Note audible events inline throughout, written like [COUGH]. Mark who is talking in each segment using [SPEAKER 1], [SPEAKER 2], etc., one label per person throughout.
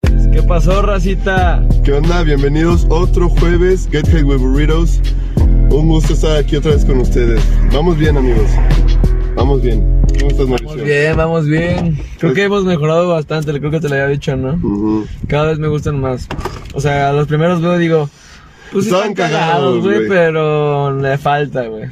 [SPEAKER 1] Pues,
[SPEAKER 2] ¿Qué pasó, racita?
[SPEAKER 1] ¿Qué onda? Bienvenidos otro jueves, Get Head with Burritos. Un gusto estar aquí otra vez con ustedes. Vamos bien, amigos. Vamos bien. ¿Cómo estás, Mauricio?
[SPEAKER 2] Vamos bien, vamos bien. Creo que hemos mejorado bastante, creo que te lo había dicho, ¿no?
[SPEAKER 1] Ujú.
[SPEAKER 2] Cada vez me gustan más. O sea, a los primeros veo y digo, pues sí
[SPEAKER 1] Estaban
[SPEAKER 2] están cagados,
[SPEAKER 1] cagados,
[SPEAKER 2] güey,
[SPEAKER 1] güey.
[SPEAKER 2] pero le falta, güey.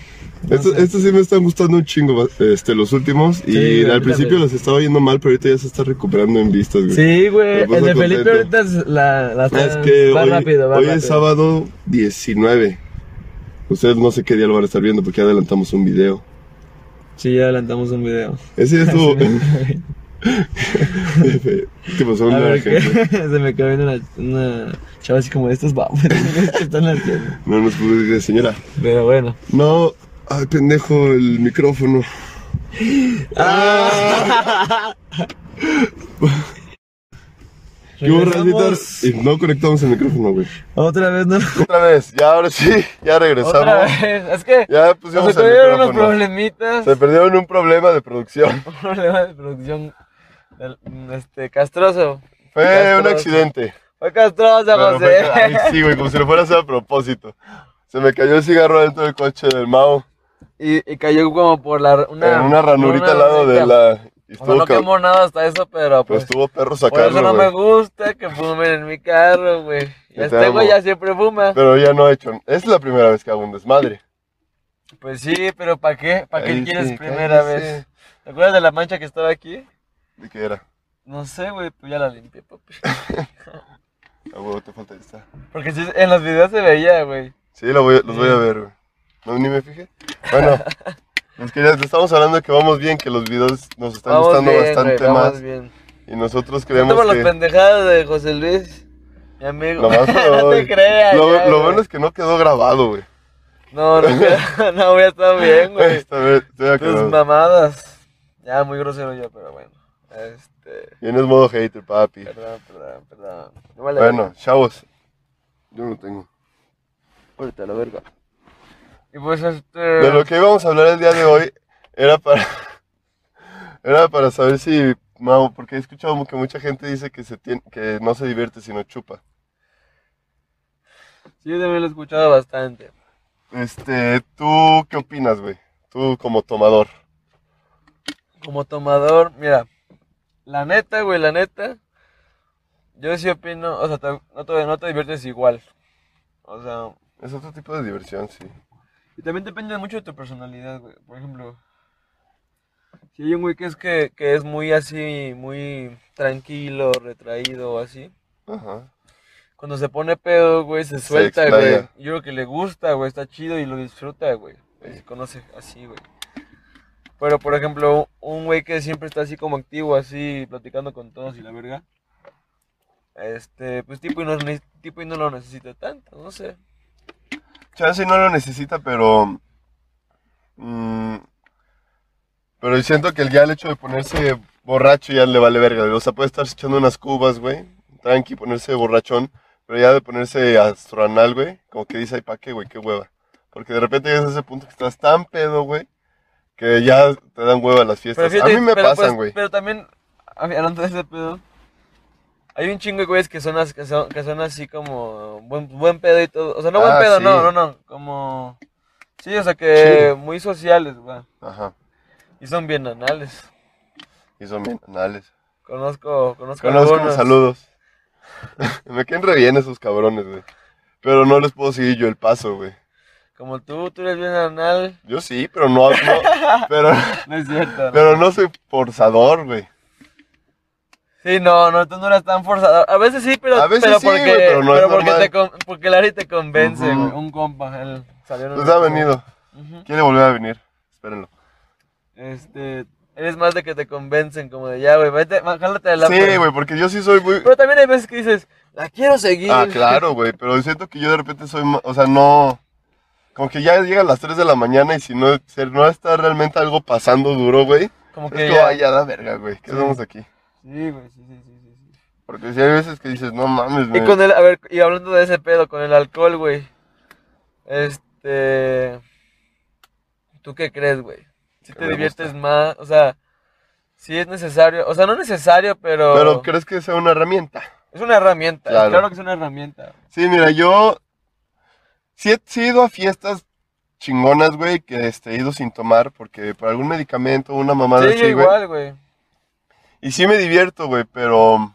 [SPEAKER 2] No
[SPEAKER 1] Estos,
[SPEAKER 2] sé.
[SPEAKER 1] estos sí me están gustando un chingo, este, los últimos. Y
[SPEAKER 2] Sí, güey, a mí
[SPEAKER 1] al principio
[SPEAKER 2] también.
[SPEAKER 1] los estaba yendo mal, pero ahorita ya se está recuperando en vistas, güey.
[SPEAKER 2] Sí, güey,
[SPEAKER 1] Me
[SPEAKER 2] el
[SPEAKER 1] puso
[SPEAKER 2] de Felipe
[SPEAKER 1] contento.
[SPEAKER 2] ahorita es la, la está-
[SPEAKER 1] Es que
[SPEAKER 2] va
[SPEAKER 1] hoy,
[SPEAKER 2] rápido, va
[SPEAKER 1] hoy
[SPEAKER 2] rápido.
[SPEAKER 1] es sábado 19. Ustedes no sé qué día lo van a estar viendo porque ya adelantamos un video.
[SPEAKER 2] Sí, ya adelantamos un
[SPEAKER 1] [LAUGHS]
[SPEAKER 2] video.
[SPEAKER 1] Ese es
[SPEAKER 2] Se [LAUGHS]
[SPEAKER 1] tu... [LAUGHS]
[SPEAKER 2] me-
[SPEAKER 1] ¿Qué pasó?
[SPEAKER 2] A
[SPEAKER 1] Una
[SPEAKER 2] ver, ¿qué?
[SPEAKER 1] gente.
[SPEAKER 2] [LAUGHS] se me quedó viendo una, una chava así como estos [LAUGHS] vamos que están haciendo.
[SPEAKER 1] No nos pudo decir, señora.
[SPEAKER 2] Pero bueno.
[SPEAKER 1] No, ay, pendejo, el micrófono. ¿Qué hubo,
[SPEAKER 2] Regresamos.
[SPEAKER 1] Racita? Y no conectamos el micrófono, güey.
[SPEAKER 2] Otra vez no.
[SPEAKER 1] Otra vez, ya ahora sí, ya regresamos.
[SPEAKER 2] Otra vez. Es que
[SPEAKER 1] Ya
[SPEAKER 2] se
[SPEAKER 1] pusimos el
[SPEAKER 2] tuvieron unos
[SPEAKER 1] micrófono.
[SPEAKER 2] problemitas.
[SPEAKER 1] Se perdieron un problema de producción.
[SPEAKER 2] Un problema de producción. del- Este, castroso.
[SPEAKER 1] Fue un
[SPEAKER 2] Castroso.
[SPEAKER 1] accidente.
[SPEAKER 2] Fue castroso,
[SPEAKER 1] Pero
[SPEAKER 2] José.
[SPEAKER 1] fue- ay, sí, güey, como si lo fuera a hacer a propósito. Se me cayó el cigarro dentro del coche del Mao.
[SPEAKER 2] [LAUGHS] Y, y cayó como por la, una,
[SPEAKER 1] en una ranurita
[SPEAKER 2] una
[SPEAKER 1] al lado de
[SPEAKER 2] ranurita.
[SPEAKER 1] la. y
[SPEAKER 2] O sea,
[SPEAKER 1] estuvo
[SPEAKER 2] no
[SPEAKER 1] ca-
[SPEAKER 2] quemó nada hasta eso, pero
[SPEAKER 1] Pues
[SPEAKER 2] pues.
[SPEAKER 1] estuvo perro
[SPEAKER 2] por eso
[SPEAKER 1] sacarlo,
[SPEAKER 2] no me
[SPEAKER 1] güey.
[SPEAKER 2] gusta que fumen en mi carro, güey. Y
[SPEAKER 1] Te
[SPEAKER 2] Este güey
[SPEAKER 1] amo.
[SPEAKER 2] ya siempre fuma.
[SPEAKER 1] Pero ya no he hecho. Es la primera vez que hago un desmadre.
[SPEAKER 2] Pues sí, pero ¿para qué? ¿Para qué
[SPEAKER 1] Cállese,
[SPEAKER 2] quieres primera
[SPEAKER 1] cállese.
[SPEAKER 2] vez? ¿Te acuerdas de la mancha que estaba aquí?
[SPEAKER 1] ¿De qué era?
[SPEAKER 2] No sé, güey, pues ya la limpié, papi. [LAUGHS]
[SPEAKER 1] A huevo, Ah, te falta esta.
[SPEAKER 2] Porque sí, en los videos se veía, güey.
[SPEAKER 1] Sí, lo voy a- los voy a ver, güey. No, ni me fijé.
[SPEAKER 2] [LAUGHS]
[SPEAKER 1] Bueno, les quería, les estamos hablando que vamos bien, que los videos nos están
[SPEAKER 2] Vamos
[SPEAKER 1] gustando
[SPEAKER 2] bien,
[SPEAKER 1] bastante
[SPEAKER 2] güey,
[SPEAKER 1] más.
[SPEAKER 2] Vamos bien.
[SPEAKER 1] Y nosotros
[SPEAKER 2] No
[SPEAKER 1] creemos
[SPEAKER 2] tomo las
[SPEAKER 1] que.
[SPEAKER 2] pendejadas de José Luis, mi amigo.
[SPEAKER 1] Lo
[SPEAKER 2] [LAUGHS]
[SPEAKER 1] más
[SPEAKER 2] no te creas.
[SPEAKER 1] Lo,
[SPEAKER 2] ya,
[SPEAKER 1] lo
[SPEAKER 2] güey.
[SPEAKER 1] bueno es que no quedó grabado, güey.
[SPEAKER 2] No, no, creo- [LAUGHS] no hubiera estado bien,
[SPEAKER 1] [LAUGHS]
[SPEAKER 2] güey.
[SPEAKER 1] Esta vez, estoy de
[SPEAKER 2] Tus
[SPEAKER 1] acuerdo.
[SPEAKER 2] mamadas. Ya, muy grosero yo, pero bueno. Este.
[SPEAKER 1] Vienes modo hater, papi.
[SPEAKER 2] Perdón, perdón, perdón. No vale
[SPEAKER 1] Bueno, chavos. Yo no tengo.
[SPEAKER 2] Ahorita la verga. Y pues este.
[SPEAKER 1] De lo que íbamos a hablar el día de hoy era para. [LAUGHS] Era para saber si. Mau, porque he escuchado que mucha gente dice que, se tiene, que no se divierte sino chupa.
[SPEAKER 2] Sí, yo también lo he escuchado bastante.
[SPEAKER 1] Este, ¿tú qué opinas, güey? Tú como tomador.
[SPEAKER 2] Como tomador, mira, la neta, güey, la neta, yo sí opino, o sea, te- no, te, no te diviertes igual. O sea,
[SPEAKER 1] Es otro tipo de diversión, sí.
[SPEAKER 2] y también depende mucho de tu personalidad, güey. Por ejemplo, si hay un güey que es, que, que es muy así, muy tranquilo, retraído o así,
[SPEAKER 1] Ajá.
[SPEAKER 2] cuando se pone pedo, güey, se
[SPEAKER 1] Se
[SPEAKER 2] suelta, güey.
[SPEAKER 1] explaya.
[SPEAKER 2] Yo creo que le gusta, güey, está chido y lo disfruta, güey. Se conoce así, güey. Pero, por ejemplo, un güey que siempre está así como activo, así, platicando con todos y la verga. Este, pues tipo y no, ne- tipo y no lo necesita tanto, no sé.
[SPEAKER 1] Chance no lo necesita, pero. mm, pero siento que el- ya el hecho de ponerse borracho ya le vale verga. güey. O sea, puede estar echando unas cubas, güey. Tranqui, ponerse borrachón. Pero ya de ponerse astroanal, güey. Como que dice, ay, pa' qué, güey, qué hueva. Porque de repente llegas a ese punto que estás tan pedo, güey. Que ya te dan hueva las fiestas.
[SPEAKER 2] fíjate,
[SPEAKER 1] a mí me
[SPEAKER 2] pero, pues,
[SPEAKER 1] pasan, güey.
[SPEAKER 2] pero también, a mí, hablando de ese pedo, hay un chingo de güeyes que son, as- que son, que son así como buen, buen pedo y todo. O sea, no buen
[SPEAKER 1] Ah,
[SPEAKER 2] pedo,
[SPEAKER 1] sí.
[SPEAKER 2] no, no, no. Como. Sí, o sea, que
[SPEAKER 1] Chido.
[SPEAKER 2] muy sociales, güey.
[SPEAKER 1] Ajá.
[SPEAKER 2] Y son bien anales.
[SPEAKER 1] Y son bien anales.
[SPEAKER 2] Conozco, conozco,
[SPEAKER 1] Conozco
[SPEAKER 2] algunos.
[SPEAKER 1] saludos. [LAUGHS] Me caen re bien esos cabrones, güey. Pero no les puedo seguir yo el paso, güey.
[SPEAKER 2] Como tú, tú eres bien anal.
[SPEAKER 1] Yo sí, pero
[SPEAKER 2] [LAUGHS]
[SPEAKER 1] no, no- pero,
[SPEAKER 2] No es cierto. ¿no?
[SPEAKER 1] pero no soy forzador, güey.
[SPEAKER 2] Sí, no, no, tú no eras tan forzado. A veces sí, pero,
[SPEAKER 1] A veces
[SPEAKER 2] pero
[SPEAKER 1] sí,
[SPEAKER 2] porque,
[SPEAKER 1] güey, pero no es
[SPEAKER 2] porque,
[SPEAKER 1] normal.
[SPEAKER 2] te con- porque Larry te convence,
[SPEAKER 1] Ujú.
[SPEAKER 2] güey. Un compa, él salió en
[SPEAKER 1] Pues
[SPEAKER 2] una-
[SPEAKER 1] ha venido.
[SPEAKER 2] Ujú.
[SPEAKER 1] Quiere volver a venir. Espérenlo.
[SPEAKER 2] Este, eres más de que te convencen, como de ya, güey, vete, má- jálate de la
[SPEAKER 1] Sí, güey, porque yo sí soy muy...
[SPEAKER 2] Pero también hay veces que dices, la quiero seguir.
[SPEAKER 1] Ah, claro, güey. Pero siento que yo de repente soy... ma- O sea, no... Como que ya llegan las 3 de la mañana y si no, si no está realmente algo pasando duro, güey.
[SPEAKER 2] [LAUGHS] Como que
[SPEAKER 1] Es como,
[SPEAKER 2] ya.
[SPEAKER 1] ay, ya la verga, güey. ¿Qué
[SPEAKER 2] Sí.
[SPEAKER 1] hacemos aquí?
[SPEAKER 2] Sí, güey, sí, sí, sí, sí. sí.
[SPEAKER 1] Porque si hay veces que dices, no mames,
[SPEAKER 2] Y
[SPEAKER 1] güey.
[SPEAKER 2] con el, a ver, y hablando de ese pedo, con el alcohol, güey. Este. ¿Tú qué crees, güey? Si
[SPEAKER 1] Que
[SPEAKER 2] te
[SPEAKER 1] me
[SPEAKER 2] diviertes más, o sea, si es necesario, o sea, no necesario, pero.
[SPEAKER 1] Pero crees que sea una herramienta.
[SPEAKER 2] Es una herramienta,
[SPEAKER 1] Claro.
[SPEAKER 2] claro, que es una herramienta.
[SPEAKER 1] Sí, mira, yo sí he, sí he ido a fiestas chingonas, güey, que este, he ido sin tomar porque por algún medicamento, una mamada
[SPEAKER 2] sí, yo
[SPEAKER 1] así, güey.
[SPEAKER 2] igual, güey.
[SPEAKER 1] Y sí me divierto, güey, pero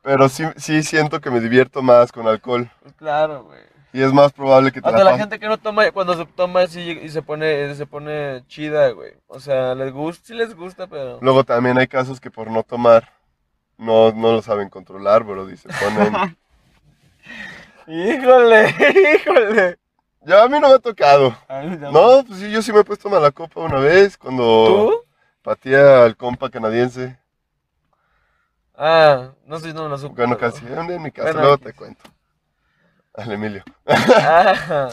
[SPEAKER 1] pero sí, sí siento que me divierto más con alcohol
[SPEAKER 2] Pues Claro, güey.
[SPEAKER 1] y es más probable que te
[SPEAKER 2] Hasta la
[SPEAKER 1] pases-
[SPEAKER 2] gente que no toma, cuando se toma sí, y se pone, se pone chida, güey. O sea, les gusta, sí les gusta, pero...
[SPEAKER 1] Luego también hay casos que por no tomar no, no lo saben controlar, bro, y se
[SPEAKER 2] [LAUGHS]
[SPEAKER 1] ponen...
[SPEAKER 2] Híjole, [LAUGHS] híjole.
[SPEAKER 1] ya a mí no me ha tocado.
[SPEAKER 2] A mí me-
[SPEAKER 1] No, pues sí, yo sí me he puesto mala copa una vez cuando
[SPEAKER 2] ¿Tú?
[SPEAKER 1] patía al compa canadiense.
[SPEAKER 2] Ah, no sé, no me lo supe.
[SPEAKER 1] Bueno,
[SPEAKER 2] pero-
[SPEAKER 1] casi, un día en mi casa,
[SPEAKER 2] Bueno,
[SPEAKER 1] luego
[SPEAKER 2] X.
[SPEAKER 1] te cuento. Al Emilio.
[SPEAKER 2] Ah,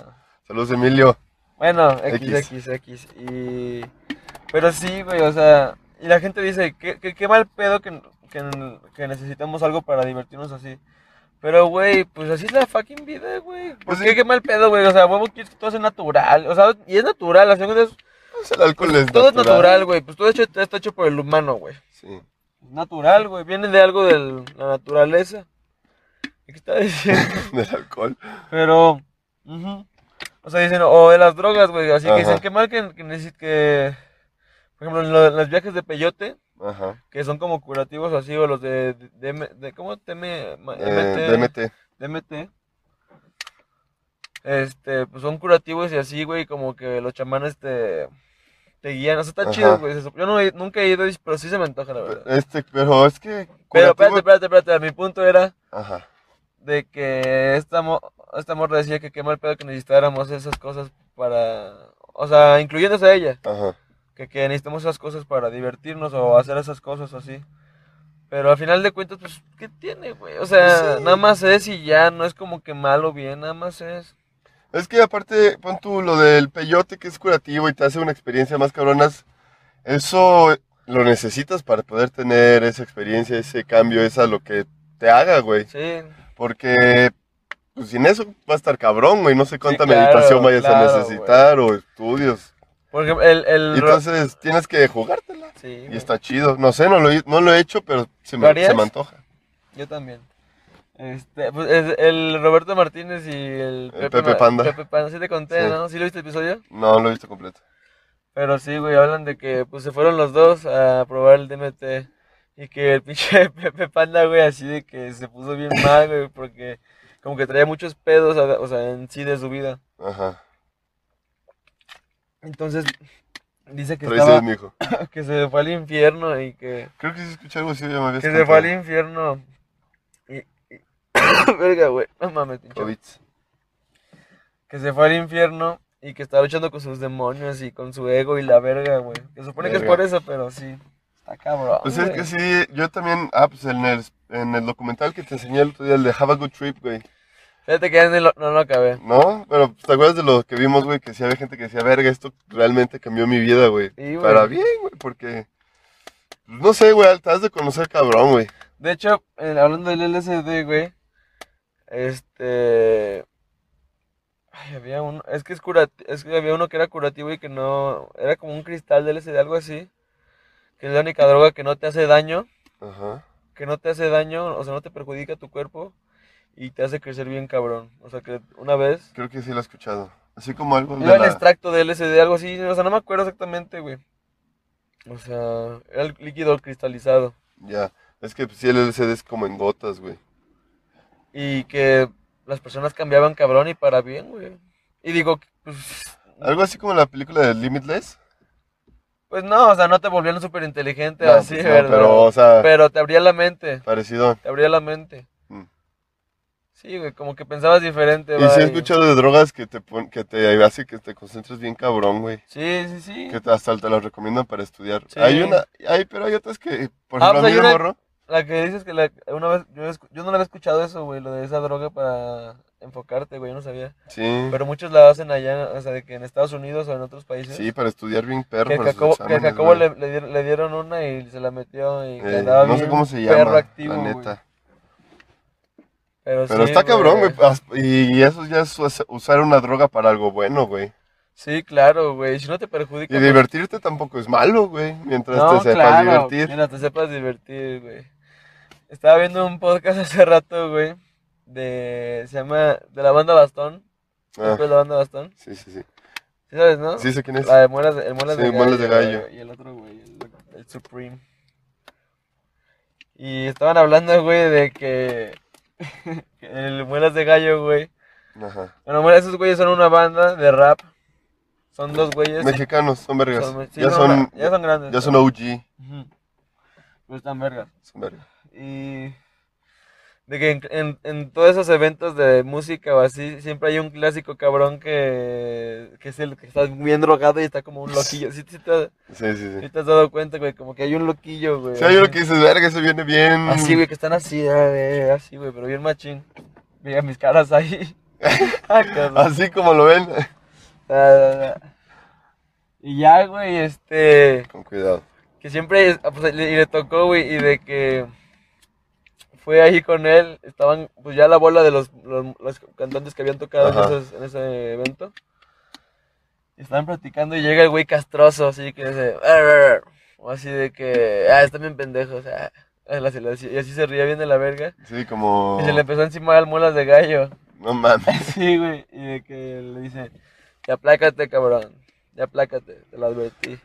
[SPEAKER 1] Saludos, Emilio.
[SPEAKER 2] bueno,
[SPEAKER 1] X.
[SPEAKER 2] X, X, X. Y... Pero sí, güey, o sea... Y la gente dice, qué, qué, qué mal pedo que, que, que necesitamos algo para divertirnos así. Pero, güey, pues así es la fucking vida, güey. ¿Por
[SPEAKER 1] Pues
[SPEAKER 2] qué,
[SPEAKER 1] sí.
[SPEAKER 2] qué mal pedo, güey? O sea, huevo, quieres que todo sea natural. O sea, y es natural, la segunda es...
[SPEAKER 1] Pues el alcohol es
[SPEAKER 2] Todo es natural, güey. Pues todo hecho, está hecho por el humano, güey.
[SPEAKER 1] Sí.
[SPEAKER 2] Natural, güey. Viene de algo de la naturaleza. ¿Qué está diciendo?
[SPEAKER 1] Del alcohol.
[SPEAKER 2] Pero, ujú. o sea, dicen, o de las drogas, güey. Así que dicen,
[SPEAKER 1] Ajá.
[SPEAKER 2] qué mal que, que, neces- que- por ejemplo, en lo- en los viajes de peyote,
[SPEAKER 1] Ajá.
[SPEAKER 2] que son como curativos así, o los de, de, de- de- ¿cómo? Teme- ma- MT,
[SPEAKER 1] Eh, DMT.
[SPEAKER 2] DMT. Este, pues son curativos y así, güey, como que los chamanes te, te guían. O sea, está
[SPEAKER 1] Ajá.
[SPEAKER 2] chido, güey. Yo no he- nunca he ido, pero sí se me antoja, la verdad.
[SPEAKER 1] Este, pero es que.
[SPEAKER 2] Pero
[SPEAKER 1] curativo-
[SPEAKER 2] espérate, espérate, espérate. Mi punto era
[SPEAKER 1] Ajá.
[SPEAKER 2] de que esta, mo- esta morra decía que qué mal pedo que necesitáramos esas cosas para. O sea, incluyéndose a ella.
[SPEAKER 1] Ajá.
[SPEAKER 2] Que, que necesitamos esas cosas para divertirnos o hacer esas cosas o así. Pero al final de cuentas, pues, ¿qué tiene, güey? O sea,
[SPEAKER 1] Pues Sí.
[SPEAKER 2] nada más es y ya. No es como que mal o bien, nada más es.
[SPEAKER 1] Es que aparte, pon tú lo del peyote que es curativo y te hace una experiencia más cabronas. Eso lo necesitas para poder tener esa experiencia, ese cambio, esa lo que te haga, güey.
[SPEAKER 2] Sí.
[SPEAKER 1] Porque pues, sin eso va a estar cabrón, güey. No sé cuánta
[SPEAKER 2] claro,
[SPEAKER 1] meditación vayas
[SPEAKER 2] claro,
[SPEAKER 1] a necesitar o estudios.
[SPEAKER 2] Porque el. el
[SPEAKER 1] Y entonces tienes que jugártela.
[SPEAKER 2] sí,
[SPEAKER 1] Y
[SPEAKER 2] güey,
[SPEAKER 1] está chido. No sé, no lo, he- no lo he hecho, pero se
[SPEAKER 2] ¿Lo
[SPEAKER 1] me,
[SPEAKER 2] harías?
[SPEAKER 1] se me antoja.
[SPEAKER 2] Yo también. Este, pues, es- el Roberto Martínez y el
[SPEAKER 1] El Pepe
[SPEAKER 2] Ma-
[SPEAKER 1] Panda.
[SPEAKER 2] Pepe Panda, sí te conté,
[SPEAKER 1] Sí.
[SPEAKER 2] ¿no? ¿Sí lo viste el episodio?
[SPEAKER 1] No lo he visto completo.
[SPEAKER 2] Pero sí, güey, hablan de que pues se fueron los dos a probar el DMT y que el [LAUGHS] pinche Pepe Panda, güey, así de que se puso bien mal, güey, porque como que traía muchos pedos, a- o sea, en sí de su vida.
[SPEAKER 1] Ajá.
[SPEAKER 2] Entonces, dice que
[SPEAKER 1] Traes
[SPEAKER 2] estaba,
[SPEAKER 1] mi hijo.
[SPEAKER 2] que se fue al infierno y que,
[SPEAKER 1] Creo que si escuché algo así, ya me habías
[SPEAKER 2] que se fue al
[SPEAKER 1] contado.
[SPEAKER 2] infierno. Y, y- [COUGHS] verga, güey, no mames, pinche
[SPEAKER 1] Covits.
[SPEAKER 2] que se fue al infierno y que estaba luchando con sus demonios y con su ego y la verga, güey. Se supone que es
[SPEAKER 1] Verga.
[SPEAKER 2] por eso, pero sí. Está cabrón.
[SPEAKER 1] Pues es
[SPEAKER 2] güey.
[SPEAKER 1] que sí, yo también. Ah, pues en el, en el documental que te enseñé el otro día, el de Have a Good Trip, güey.
[SPEAKER 2] Fíjate que ya ni lo- no lo acabé.
[SPEAKER 1] ¿No? Pero ¿te acuerdas de lo que vimos, güey? Que sí había gente que decía, verga, esto realmente cambió mi vida, güey.
[SPEAKER 2] Sí, güey.
[SPEAKER 1] Para bien, güey, porque. pues, No sé, güey, te has de conocer cabrón, güey.
[SPEAKER 2] De hecho, eh, hablando del LSD, güey. Este. Ay, había uno. Es que, es, curat... es que había uno que era curativo y que no. Era como un cristal de LSD, algo así. Que es la única droga que no te hace daño.
[SPEAKER 1] Ajá.
[SPEAKER 2] que no te hace daño, o sea, no te perjudica tu cuerpo y te hace crecer bien cabrón. O sea, que una vez...
[SPEAKER 1] Creo que sí lo he escuchado. Así como algo de
[SPEAKER 2] Era el
[SPEAKER 1] la...
[SPEAKER 2] extracto de LSD, algo así, o sea, no me acuerdo exactamente, güey. O sea, era el líquido cristalizado.
[SPEAKER 1] Ya. Es que pues, sí, el LCD es como en gotas, güey.
[SPEAKER 2] Y que las personas cambiaban cabrón y para bien, güey. Y digo, pues,
[SPEAKER 1] Algo así como la película de Limitless.
[SPEAKER 2] pues no, o sea, no te volvían súper inteligente
[SPEAKER 1] No,
[SPEAKER 2] así,
[SPEAKER 1] pues, no,
[SPEAKER 2] ¿verdad?
[SPEAKER 1] pero, o sea,
[SPEAKER 2] Pero te abría la mente,
[SPEAKER 1] parecido.
[SPEAKER 2] te abría la mente.
[SPEAKER 1] Mm.
[SPEAKER 2] Sí, güey, como que pensabas diferente,
[SPEAKER 1] Y sí he
[SPEAKER 2] vaya.
[SPEAKER 1] escuchado de drogas que te, pon- que te hace que te concentres bien cabrón, güey.
[SPEAKER 2] Sí, sí, sí.
[SPEAKER 1] Que te- hasta te las recomiendan para estudiar.
[SPEAKER 2] Sí.
[SPEAKER 1] Hay una, hay, pero hay otras que, por
[SPEAKER 2] Ah,
[SPEAKER 1] ejemplo,
[SPEAKER 2] pues,
[SPEAKER 1] a
[SPEAKER 2] hay
[SPEAKER 1] mí de
[SPEAKER 2] una-
[SPEAKER 1] morro.
[SPEAKER 2] La que dices que la, una vez, yo, escu- yo no la había escuchado eso, güey, lo de esa droga para enfocarte, güey, yo no sabía.
[SPEAKER 1] Sí.
[SPEAKER 2] Pero muchos la hacen allá, o sea, de que en Estados Unidos o en otros países.
[SPEAKER 1] Sí, para estudiar bien perro.
[SPEAKER 2] que a
[SPEAKER 1] para sus
[SPEAKER 2] Jacobo, que a
[SPEAKER 1] exámenes,
[SPEAKER 2] Jacobo
[SPEAKER 1] güey.
[SPEAKER 2] le, le dieron, le dieron una y se la metió y que
[SPEAKER 1] Eh,
[SPEAKER 2] andaba
[SPEAKER 1] no sé
[SPEAKER 2] bien
[SPEAKER 1] cómo se
[SPEAKER 2] perro
[SPEAKER 1] llama,
[SPEAKER 2] activo,
[SPEAKER 1] la
[SPEAKER 2] güey.
[SPEAKER 1] neta.
[SPEAKER 2] Pero,
[SPEAKER 1] Pero
[SPEAKER 2] sí,
[SPEAKER 1] está cabrón, güey. as- Y eso ya es us- usar una droga para algo bueno, güey.
[SPEAKER 2] Sí, claro, güey, si no te perjudica.
[SPEAKER 1] Y
[SPEAKER 2] pues-
[SPEAKER 1] divertirte tampoco es malo, güey. Mientras
[SPEAKER 2] No,
[SPEAKER 1] te sepas
[SPEAKER 2] claro,
[SPEAKER 1] divertir.
[SPEAKER 2] Mira, te sepas divertir, güey. Estaba viendo un podcast [LAUGHS] hace rato, güey. De. Se llama. De la banda Bastón.
[SPEAKER 1] Ah,
[SPEAKER 2] ¿Sabes la banda Bastón?
[SPEAKER 1] sí, sí, sí.
[SPEAKER 2] ¿Sí sabes, no?
[SPEAKER 1] ¿Sí sé quién es?
[SPEAKER 2] La de Muelas, el Muelas
[SPEAKER 1] Sí,
[SPEAKER 2] de Gallo.
[SPEAKER 1] Muelas de Gallo.
[SPEAKER 2] Y el otro, güey, el, el Supreme. Y estaban hablando, güey, de que [LAUGHS] el Muelas de Gallo, güey.
[SPEAKER 1] Ajá.
[SPEAKER 2] Bueno, bueno, esos güeyes son una banda de rap. Son dos güeyes.
[SPEAKER 1] Mexicanos, son vergas.
[SPEAKER 2] Son- sí,
[SPEAKER 1] ya,
[SPEAKER 2] no,
[SPEAKER 1] son,
[SPEAKER 2] ya son grandes.
[SPEAKER 1] ya son OG.
[SPEAKER 2] Ujú. Pero están vergas.
[SPEAKER 1] Son vergas.
[SPEAKER 2] Y de que en, en- en todos esos eventos de música o así, siempre hay un clásico cabrón que, que es el que está bien drogado y está como un
[SPEAKER 1] [LAUGHS]
[SPEAKER 2] loquillo. Si te, has-
[SPEAKER 1] Sí, sí,
[SPEAKER 2] sí
[SPEAKER 1] sí.
[SPEAKER 2] te has dado cuenta, güey, como que hay un loquillo, güey.
[SPEAKER 1] Sí, hay uno
[SPEAKER 2] así.
[SPEAKER 1] que dices, verga, eso viene bien.
[SPEAKER 2] Así, güey, que están así, eh, eh, así, güey, pero bien machín. Mira mis caras
[SPEAKER 1] [LAUGHS]
[SPEAKER 2] ahí. Ah, cabrón.
[SPEAKER 1] Así como lo ven. [LAUGHS]
[SPEAKER 2] Da, da, da. Y ya, güey, este...
[SPEAKER 1] Con cuidado.
[SPEAKER 2] Que siempre es- ah, pues, le, y le tocó, güey, y de que fue ahí con él, estaban pues ya la bola de los, los- los cantantes que habían tocado en,
[SPEAKER 1] Ajá.
[SPEAKER 2] esos- en ese evento. Y Estaban platicando y llega el güey castroso, así que dice, "Arr, arr", o así de que, ah, están bien pendejos, ah", así le decía, y así se ría bien de la verga.
[SPEAKER 1] Sí, como.
[SPEAKER 2] Y se le empezó a encimar al muelas de gallo.
[SPEAKER 1] No mames.
[SPEAKER 2] [LAUGHS] Sí, güey, y de que le dice, ya aplácate, cabrón, ya aplácate, te lo advertí.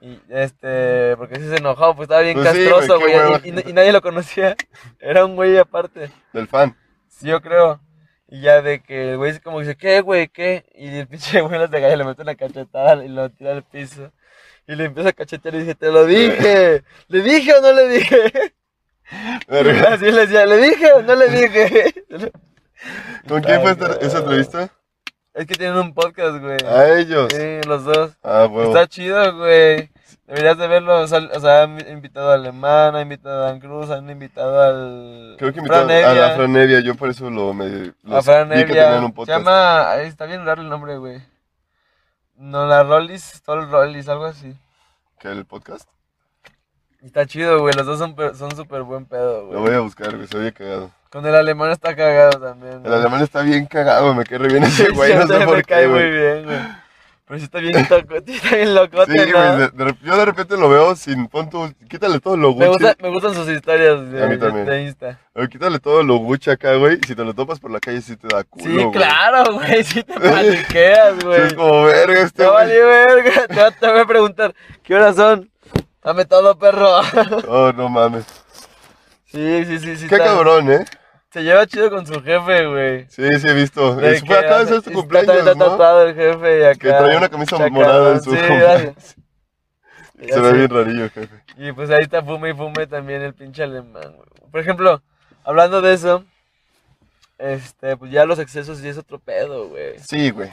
[SPEAKER 2] Y este, porque sí se enojó, pues estaba bien
[SPEAKER 1] Pues sí, güey,
[SPEAKER 2] castroso,
[SPEAKER 1] qué
[SPEAKER 2] güey,
[SPEAKER 1] hueva.
[SPEAKER 2] y, y- y nadie lo conocía. [LAUGHS] Era un güey aparte,
[SPEAKER 1] Del fan.
[SPEAKER 2] sí, yo creo. Y ya de que el güey como dice, ¿qué, güey, qué? Y el pinche güey las de gallo le mete una cachetada y lo tira al piso. Y le empieza a cachetear y dice, te lo dije, ¿le dije o no le dije? [LAUGHS]
[SPEAKER 1] Verga.
[SPEAKER 2] Así le decía, ¿le dije o no le dije? [LAUGHS]
[SPEAKER 1] ¿Con quién fue esta-
[SPEAKER 2] Ay,
[SPEAKER 1] esa entrevista?
[SPEAKER 2] Es que tienen un podcast, güey.
[SPEAKER 1] A ellos.
[SPEAKER 2] Sí, los dos.
[SPEAKER 1] Ah, huevo.
[SPEAKER 2] Está chido, güey. Deberías de verlo. O sea, o sea, han invitado a Alemán, han invitado a Dan Cruz, han invitado al.
[SPEAKER 1] Creo que
[SPEAKER 2] Fran
[SPEAKER 1] invitaron a la
[SPEAKER 2] Evia.
[SPEAKER 1] Fran Evia, yo por eso lo me
[SPEAKER 2] A
[SPEAKER 1] los
[SPEAKER 2] Fran
[SPEAKER 1] vi que
[SPEAKER 2] Evia.
[SPEAKER 1] tenían un
[SPEAKER 2] Se
[SPEAKER 1] podcast.
[SPEAKER 2] llama. ay, Está bien raro el nombre, güey. No, la Rollis, todo el Rollis, algo así.
[SPEAKER 1] ¿Qué el podcast?
[SPEAKER 2] Y Está chido, güey. Los dos son per- son súper buen pedo,
[SPEAKER 1] Lo
[SPEAKER 2] güey.
[SPEAKER 1] voy a buscar, güey, se había cagado.
[SPEAKER 2] Con el alemán está cagado también.
[SPEAKER 1] El
[SPEAKER 2] güey.
[SPEAKER 1] alemán está bien cagado, me cae re bien ese
[SPEAKER 2] [LAUGHS]
[SPEAKER 1] güey,
[SPEAKER 2] Sí,
[SPEAKER 1] no sé
[SPEAKER 2] me
[SPEAKER 1] por
[SPEAKER 2] cae
[SPEAKER 1] qué,
[SPEAKER 2] muy
[SPEAKER 1] güey.
[SPEAKER 2] bien, güey. Pero sí está bien toco, [LAUGHS] sí está bien locote,
[SPEAKER 1] Sí, güey,
[SPEAKER 2] ¿no?
[SPEAKER 1] de- de rep- yo de repente lo veo sin, pon tu- quítale todo lo
[SPEAKER 2] Me,
[SPEAKER 1] Gucci,
[SPEAKER 2] gusta- me gustan sus historias de,
[SPEAKER 1] A mí también.
[SPEAKER 2] de Insta.
[SPEAKER 1] o quítale todo lo Gucci acá, güey, si te lo topas por la calle sí te da culo,
[SPEAKER 2] Sí,
[SPEAKER 1] güey.
[SPEAKER 2] claro, güey. Sí
[SPEAKER 1] [LAUGHS]
[SPEAKER 2] te paniqueas,
[SPEAKER 1] Sí, es
[SPEAKER 2] güey.
[SPEAKER 1] como, verga, este
[SPEAKER 2] Te vale
[SPEAKER 1] güey.
[SPEAKER 2] verga. Te va- te voy a preguntar, ¿qué horas son? Dame todo, perro. [LAUGHS]
[SPEAKER 1] Oh, no mames.
[SPEAKER 2] Sí, sí, sí, sí.
[SPEAKER 1] Qué
[SPEAKER 2] está-
[SPEAKER 1] cabrón, ¿eh?
[SPEAKER 2] Se lleva chido con su jefe, güey.
[SPEAKER 1] Sí, sí he visto.
[SPEAKER 2] De
[SPEAKER 1] Eso fue
[SPEAKER 2] que
[SPEAKER 1] acá de
[SPEAKER 2] hace-
[SPEAKER 1] ser tu
[SPEAKER 2] está- Está
[SPEAKER 1] cumpleaños, ¿no?
[SPEAKER 2] tatuado el jefe y acá.
[SPEAKER 1] Que traía una camisa
[SPEAKER 2] chacarrón.
[SPEAKER 1] morada en su
[SPEAKER 2] Sí,
[SPEAKER 1] cumpleaños.
[SPEAKER 2] así.
[SPEAKER 1] [LAUGHS] Se ve
[SPEAKER 2] así.
[SPEAKER 1] bien rarillo, jefe.
[SPEAKER 2] Y pues ahí está fume y fume también el pinche alemán, güey. Por ejemplo, hablando de eso, este, pues ya los excesos sí es otro pedo, güey.
[SPEAKER 1] Sí, güey.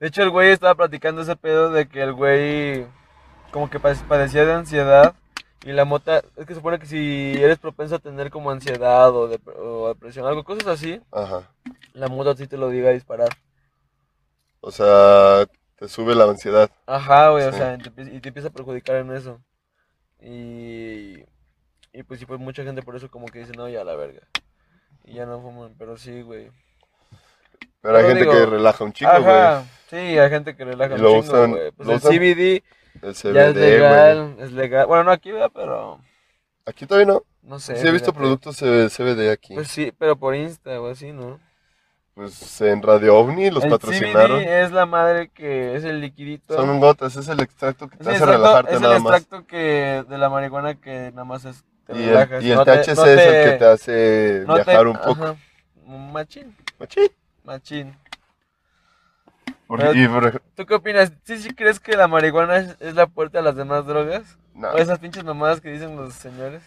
[SPEAKER 2] De hecho, el güey estaba platicando ese pedo de que el güey como que pa- padecía de ansiedad y la mota, es que se supone que si eres propenso a tener como ansiedad o, dep- o depresión, algo, cosas así,
[SPEAKER 1] Ajá.
[SPEAKER 2] la mota sí te lo diga a disparar.
[SPEAKER 1] O sea, te sube la ansiedad.
[SPEAKER 2] Ajá, güey, o
[SPEAKER 1] Sí.
[SPEAKER 2] sea, y te, empie- y te empieza a perjudicar en eso. Y, y pues sí, pues mucha gente por eso como que dice, no, ya la verga. Y ya no fuman, pero sí, güey.
[SPEAKER 1] Pero hay
[SPEAKER 2] Pero
[SPEAKER 1] gente
[SPEAKER 2] digo,
[SPEAKER 1] que relaja un chico, güey.
[SPEAKER 2] Ajá, sí, hay gente que relaja
[SPEAKER 1] Y
[SPEAKER 2] un
[SPEAKER 1] lo
[SPEAKER 2] chingo,
[SPEAKER 1] usan-
[SPEAKER 2] güey. Pues
[SPEAKER 1] lo
[SPEAKER 2] el
[SPEAKER 1] usan
[SPEAKER 2] CBD
[SPEAKER 1] El
[SPEAKER 2] ya es
[SPEAKER 1] CBD, güey.
[SPEAKER 2] legal, es legal. Bueno, no aquí, ¿verdad? Pero...
[SPEAKER 1] Aquí todavía no.
[SPEAKER 2] No sé.
[SPEAKER 1] Pues Sí, he visto
[SPEAKER 2] fíjate.
[SPEAKER 1] productos eh, CBD aquí.
[SPEAKER 2] Pues
[SPEAKER 1] Pues,
[SPEAKER 2] sí, pero por Insta o así, ¿no?
[SPEAKER 1] en Radio OVNI los
[SPEAKER 2] el
[SPEAKER 1] patrocinaron.
[SPEAKER 2] CBD es la madre que es el liquidito.
[SPEAKER 1] Son gotas, es el extracto que
[SPEAKER 2] es
[SPEAKER 1] te
[SPEAKER 2] el
[SPEAKER 1] hace
[SPEAKER 2] extracto,
[SPEAKER 1] relajarte
[SPEAKER 2] es
[SPEAKER 1] nada
[SPEAKER 2] el
[SPEAKER 1] más.
[SPEAKER 2] extracto que de la marihuana que nada más es, te
[SPEAKER 1] Y
[SPEAKER 2] relajas.
[SPEAKER 1] el, y el
[SPEAKER 2] no te-
[SPEAKER 1] THC
[SPEAKER 2] no
[SPEAKER 1] es
[SPEAKER 2] te-
[SPEAKER 1] el que te hace
[SPEAKER 2] no te-
[SPEAKER 1] viajar un poco.
[SPEAKER 2] ajá. Machín,
[SPEAKER 1] Machín.
[SPEAKER 2] machín.
[SPEAKER 1] Por-
[SPEAKER 2] Pero-
[SPEAKER 1] y por-
[SPEAKER 2] ¿Tú qué opinas? ¿Sí, sí crees que la marihuana es, es la puerta a las demás drogas?
[SPEAKER 1] no.
[SPEAKER 2] ¿O esas pinches mamadas que dicen los señores?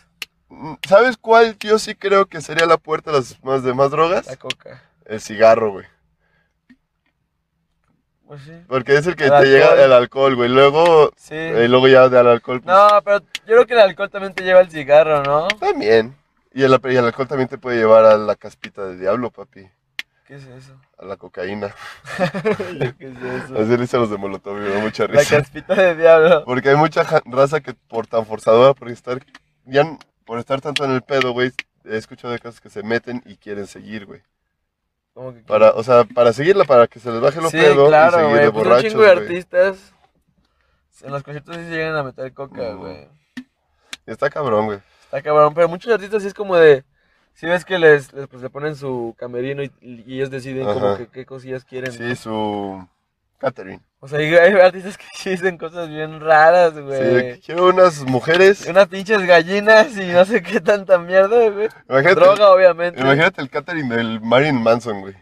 [SPEAKER 1] Mm, ¿Sabes cuál yo sí creo que sería la puerta a las más demás
[SPEAKER 2] La
[SPEAKER 1] drogas?
[SPEAKER 2] coca.
[SPEAKER 1] El cigarro, güey.
[SPEAKER 2] Pues sí.
[SPEAKER 1] Porque es el que
[SPEAKER 2] El
[SPEAKER 1] te
[SPEAKER 2] alcohol.
[SPEAKER 1] llega el alcohol, güey. Luego,
[SPEAKER 2] Sí.
[SPEAKER 1] eh, luego ya del alcohol, pues,
[SPEAKER 2] No, pero yo creo que el alcohol también te lleva al cigarro, ¿no?
[SPEAKER 1] También. Y el, y el alcohol también te puede llevar a la caspita del diablo, papi.
[SPEAKER 2] ¿Qué es
[SPEAKER 1] [LAUGHS]
[SPEAKER 2] eso?
[SPEAKER 1] A la cocaína.
[SPEAKER 2] Yo ¿Qué es eso?
[SPEAKER 1] Así le hice a los de Molotov, me dio mucha
[SPEAKER 2] La
[SPEAKER 1] risa.
[SPEAKER 2] caspita de diablo.
[SPEAKER 1] Porque hay mucha ja- raza que por tan forzadora, por estar, ya n- por estar tanto en el pedo, güey, he escuchado de casos que se meten y quieren seguir, güey.
[SPEAKER 2] Como que
[SPEAKER 1] Para, o sea, para seguirla, para que se les baje lo
[SPEAKER 2] sí,
[SPEAKER 1] pedo y
[SPEAKER 2] claro,
[SPEAKER 1] seguir
[SPEAKER 2] güey.
[SPEAKER 1] de
[SPEAKER 2] Pues un
[SPEAKER 1] borrachos,
[SPEAKER 2] chingo de
[SPEAKER 1] güey.
[SPEAKER 2] artistas en los conciertos sí se llegan a meter coca,
[SPEAKER 1] Mm.
[SPEAKER 2] güey.
[SPEAKER 1] Está cabrón, güey.
[SPEAKER 2] Está cabrón, pero muchos artistas sí es como de. Si ves que les, les, pues, le ponen su camerino y, y ellos deciden como
[SPEAKER 1] Ajá.
[SPEAKER 2] que qué cosillas quieren.
[SPEAKER 1] Sí, su. Catherine.
[SPEAKER 2] O sea, hay, hay artistas que sí dicen cosas bien raras, güey.
[SPEAKER 1] Sí, quiero unas mujeres.
[SPEAKER 2] Unas pinches gallinas y no sé qué tanta mierda, güey.
[SPEAKER 1] Imagínate,
[SPEAKER 2] Droga, obviamente.
[SPEAKER 1] [LAUGHS] imagínate el Catherine del Marilyn Manson, güey.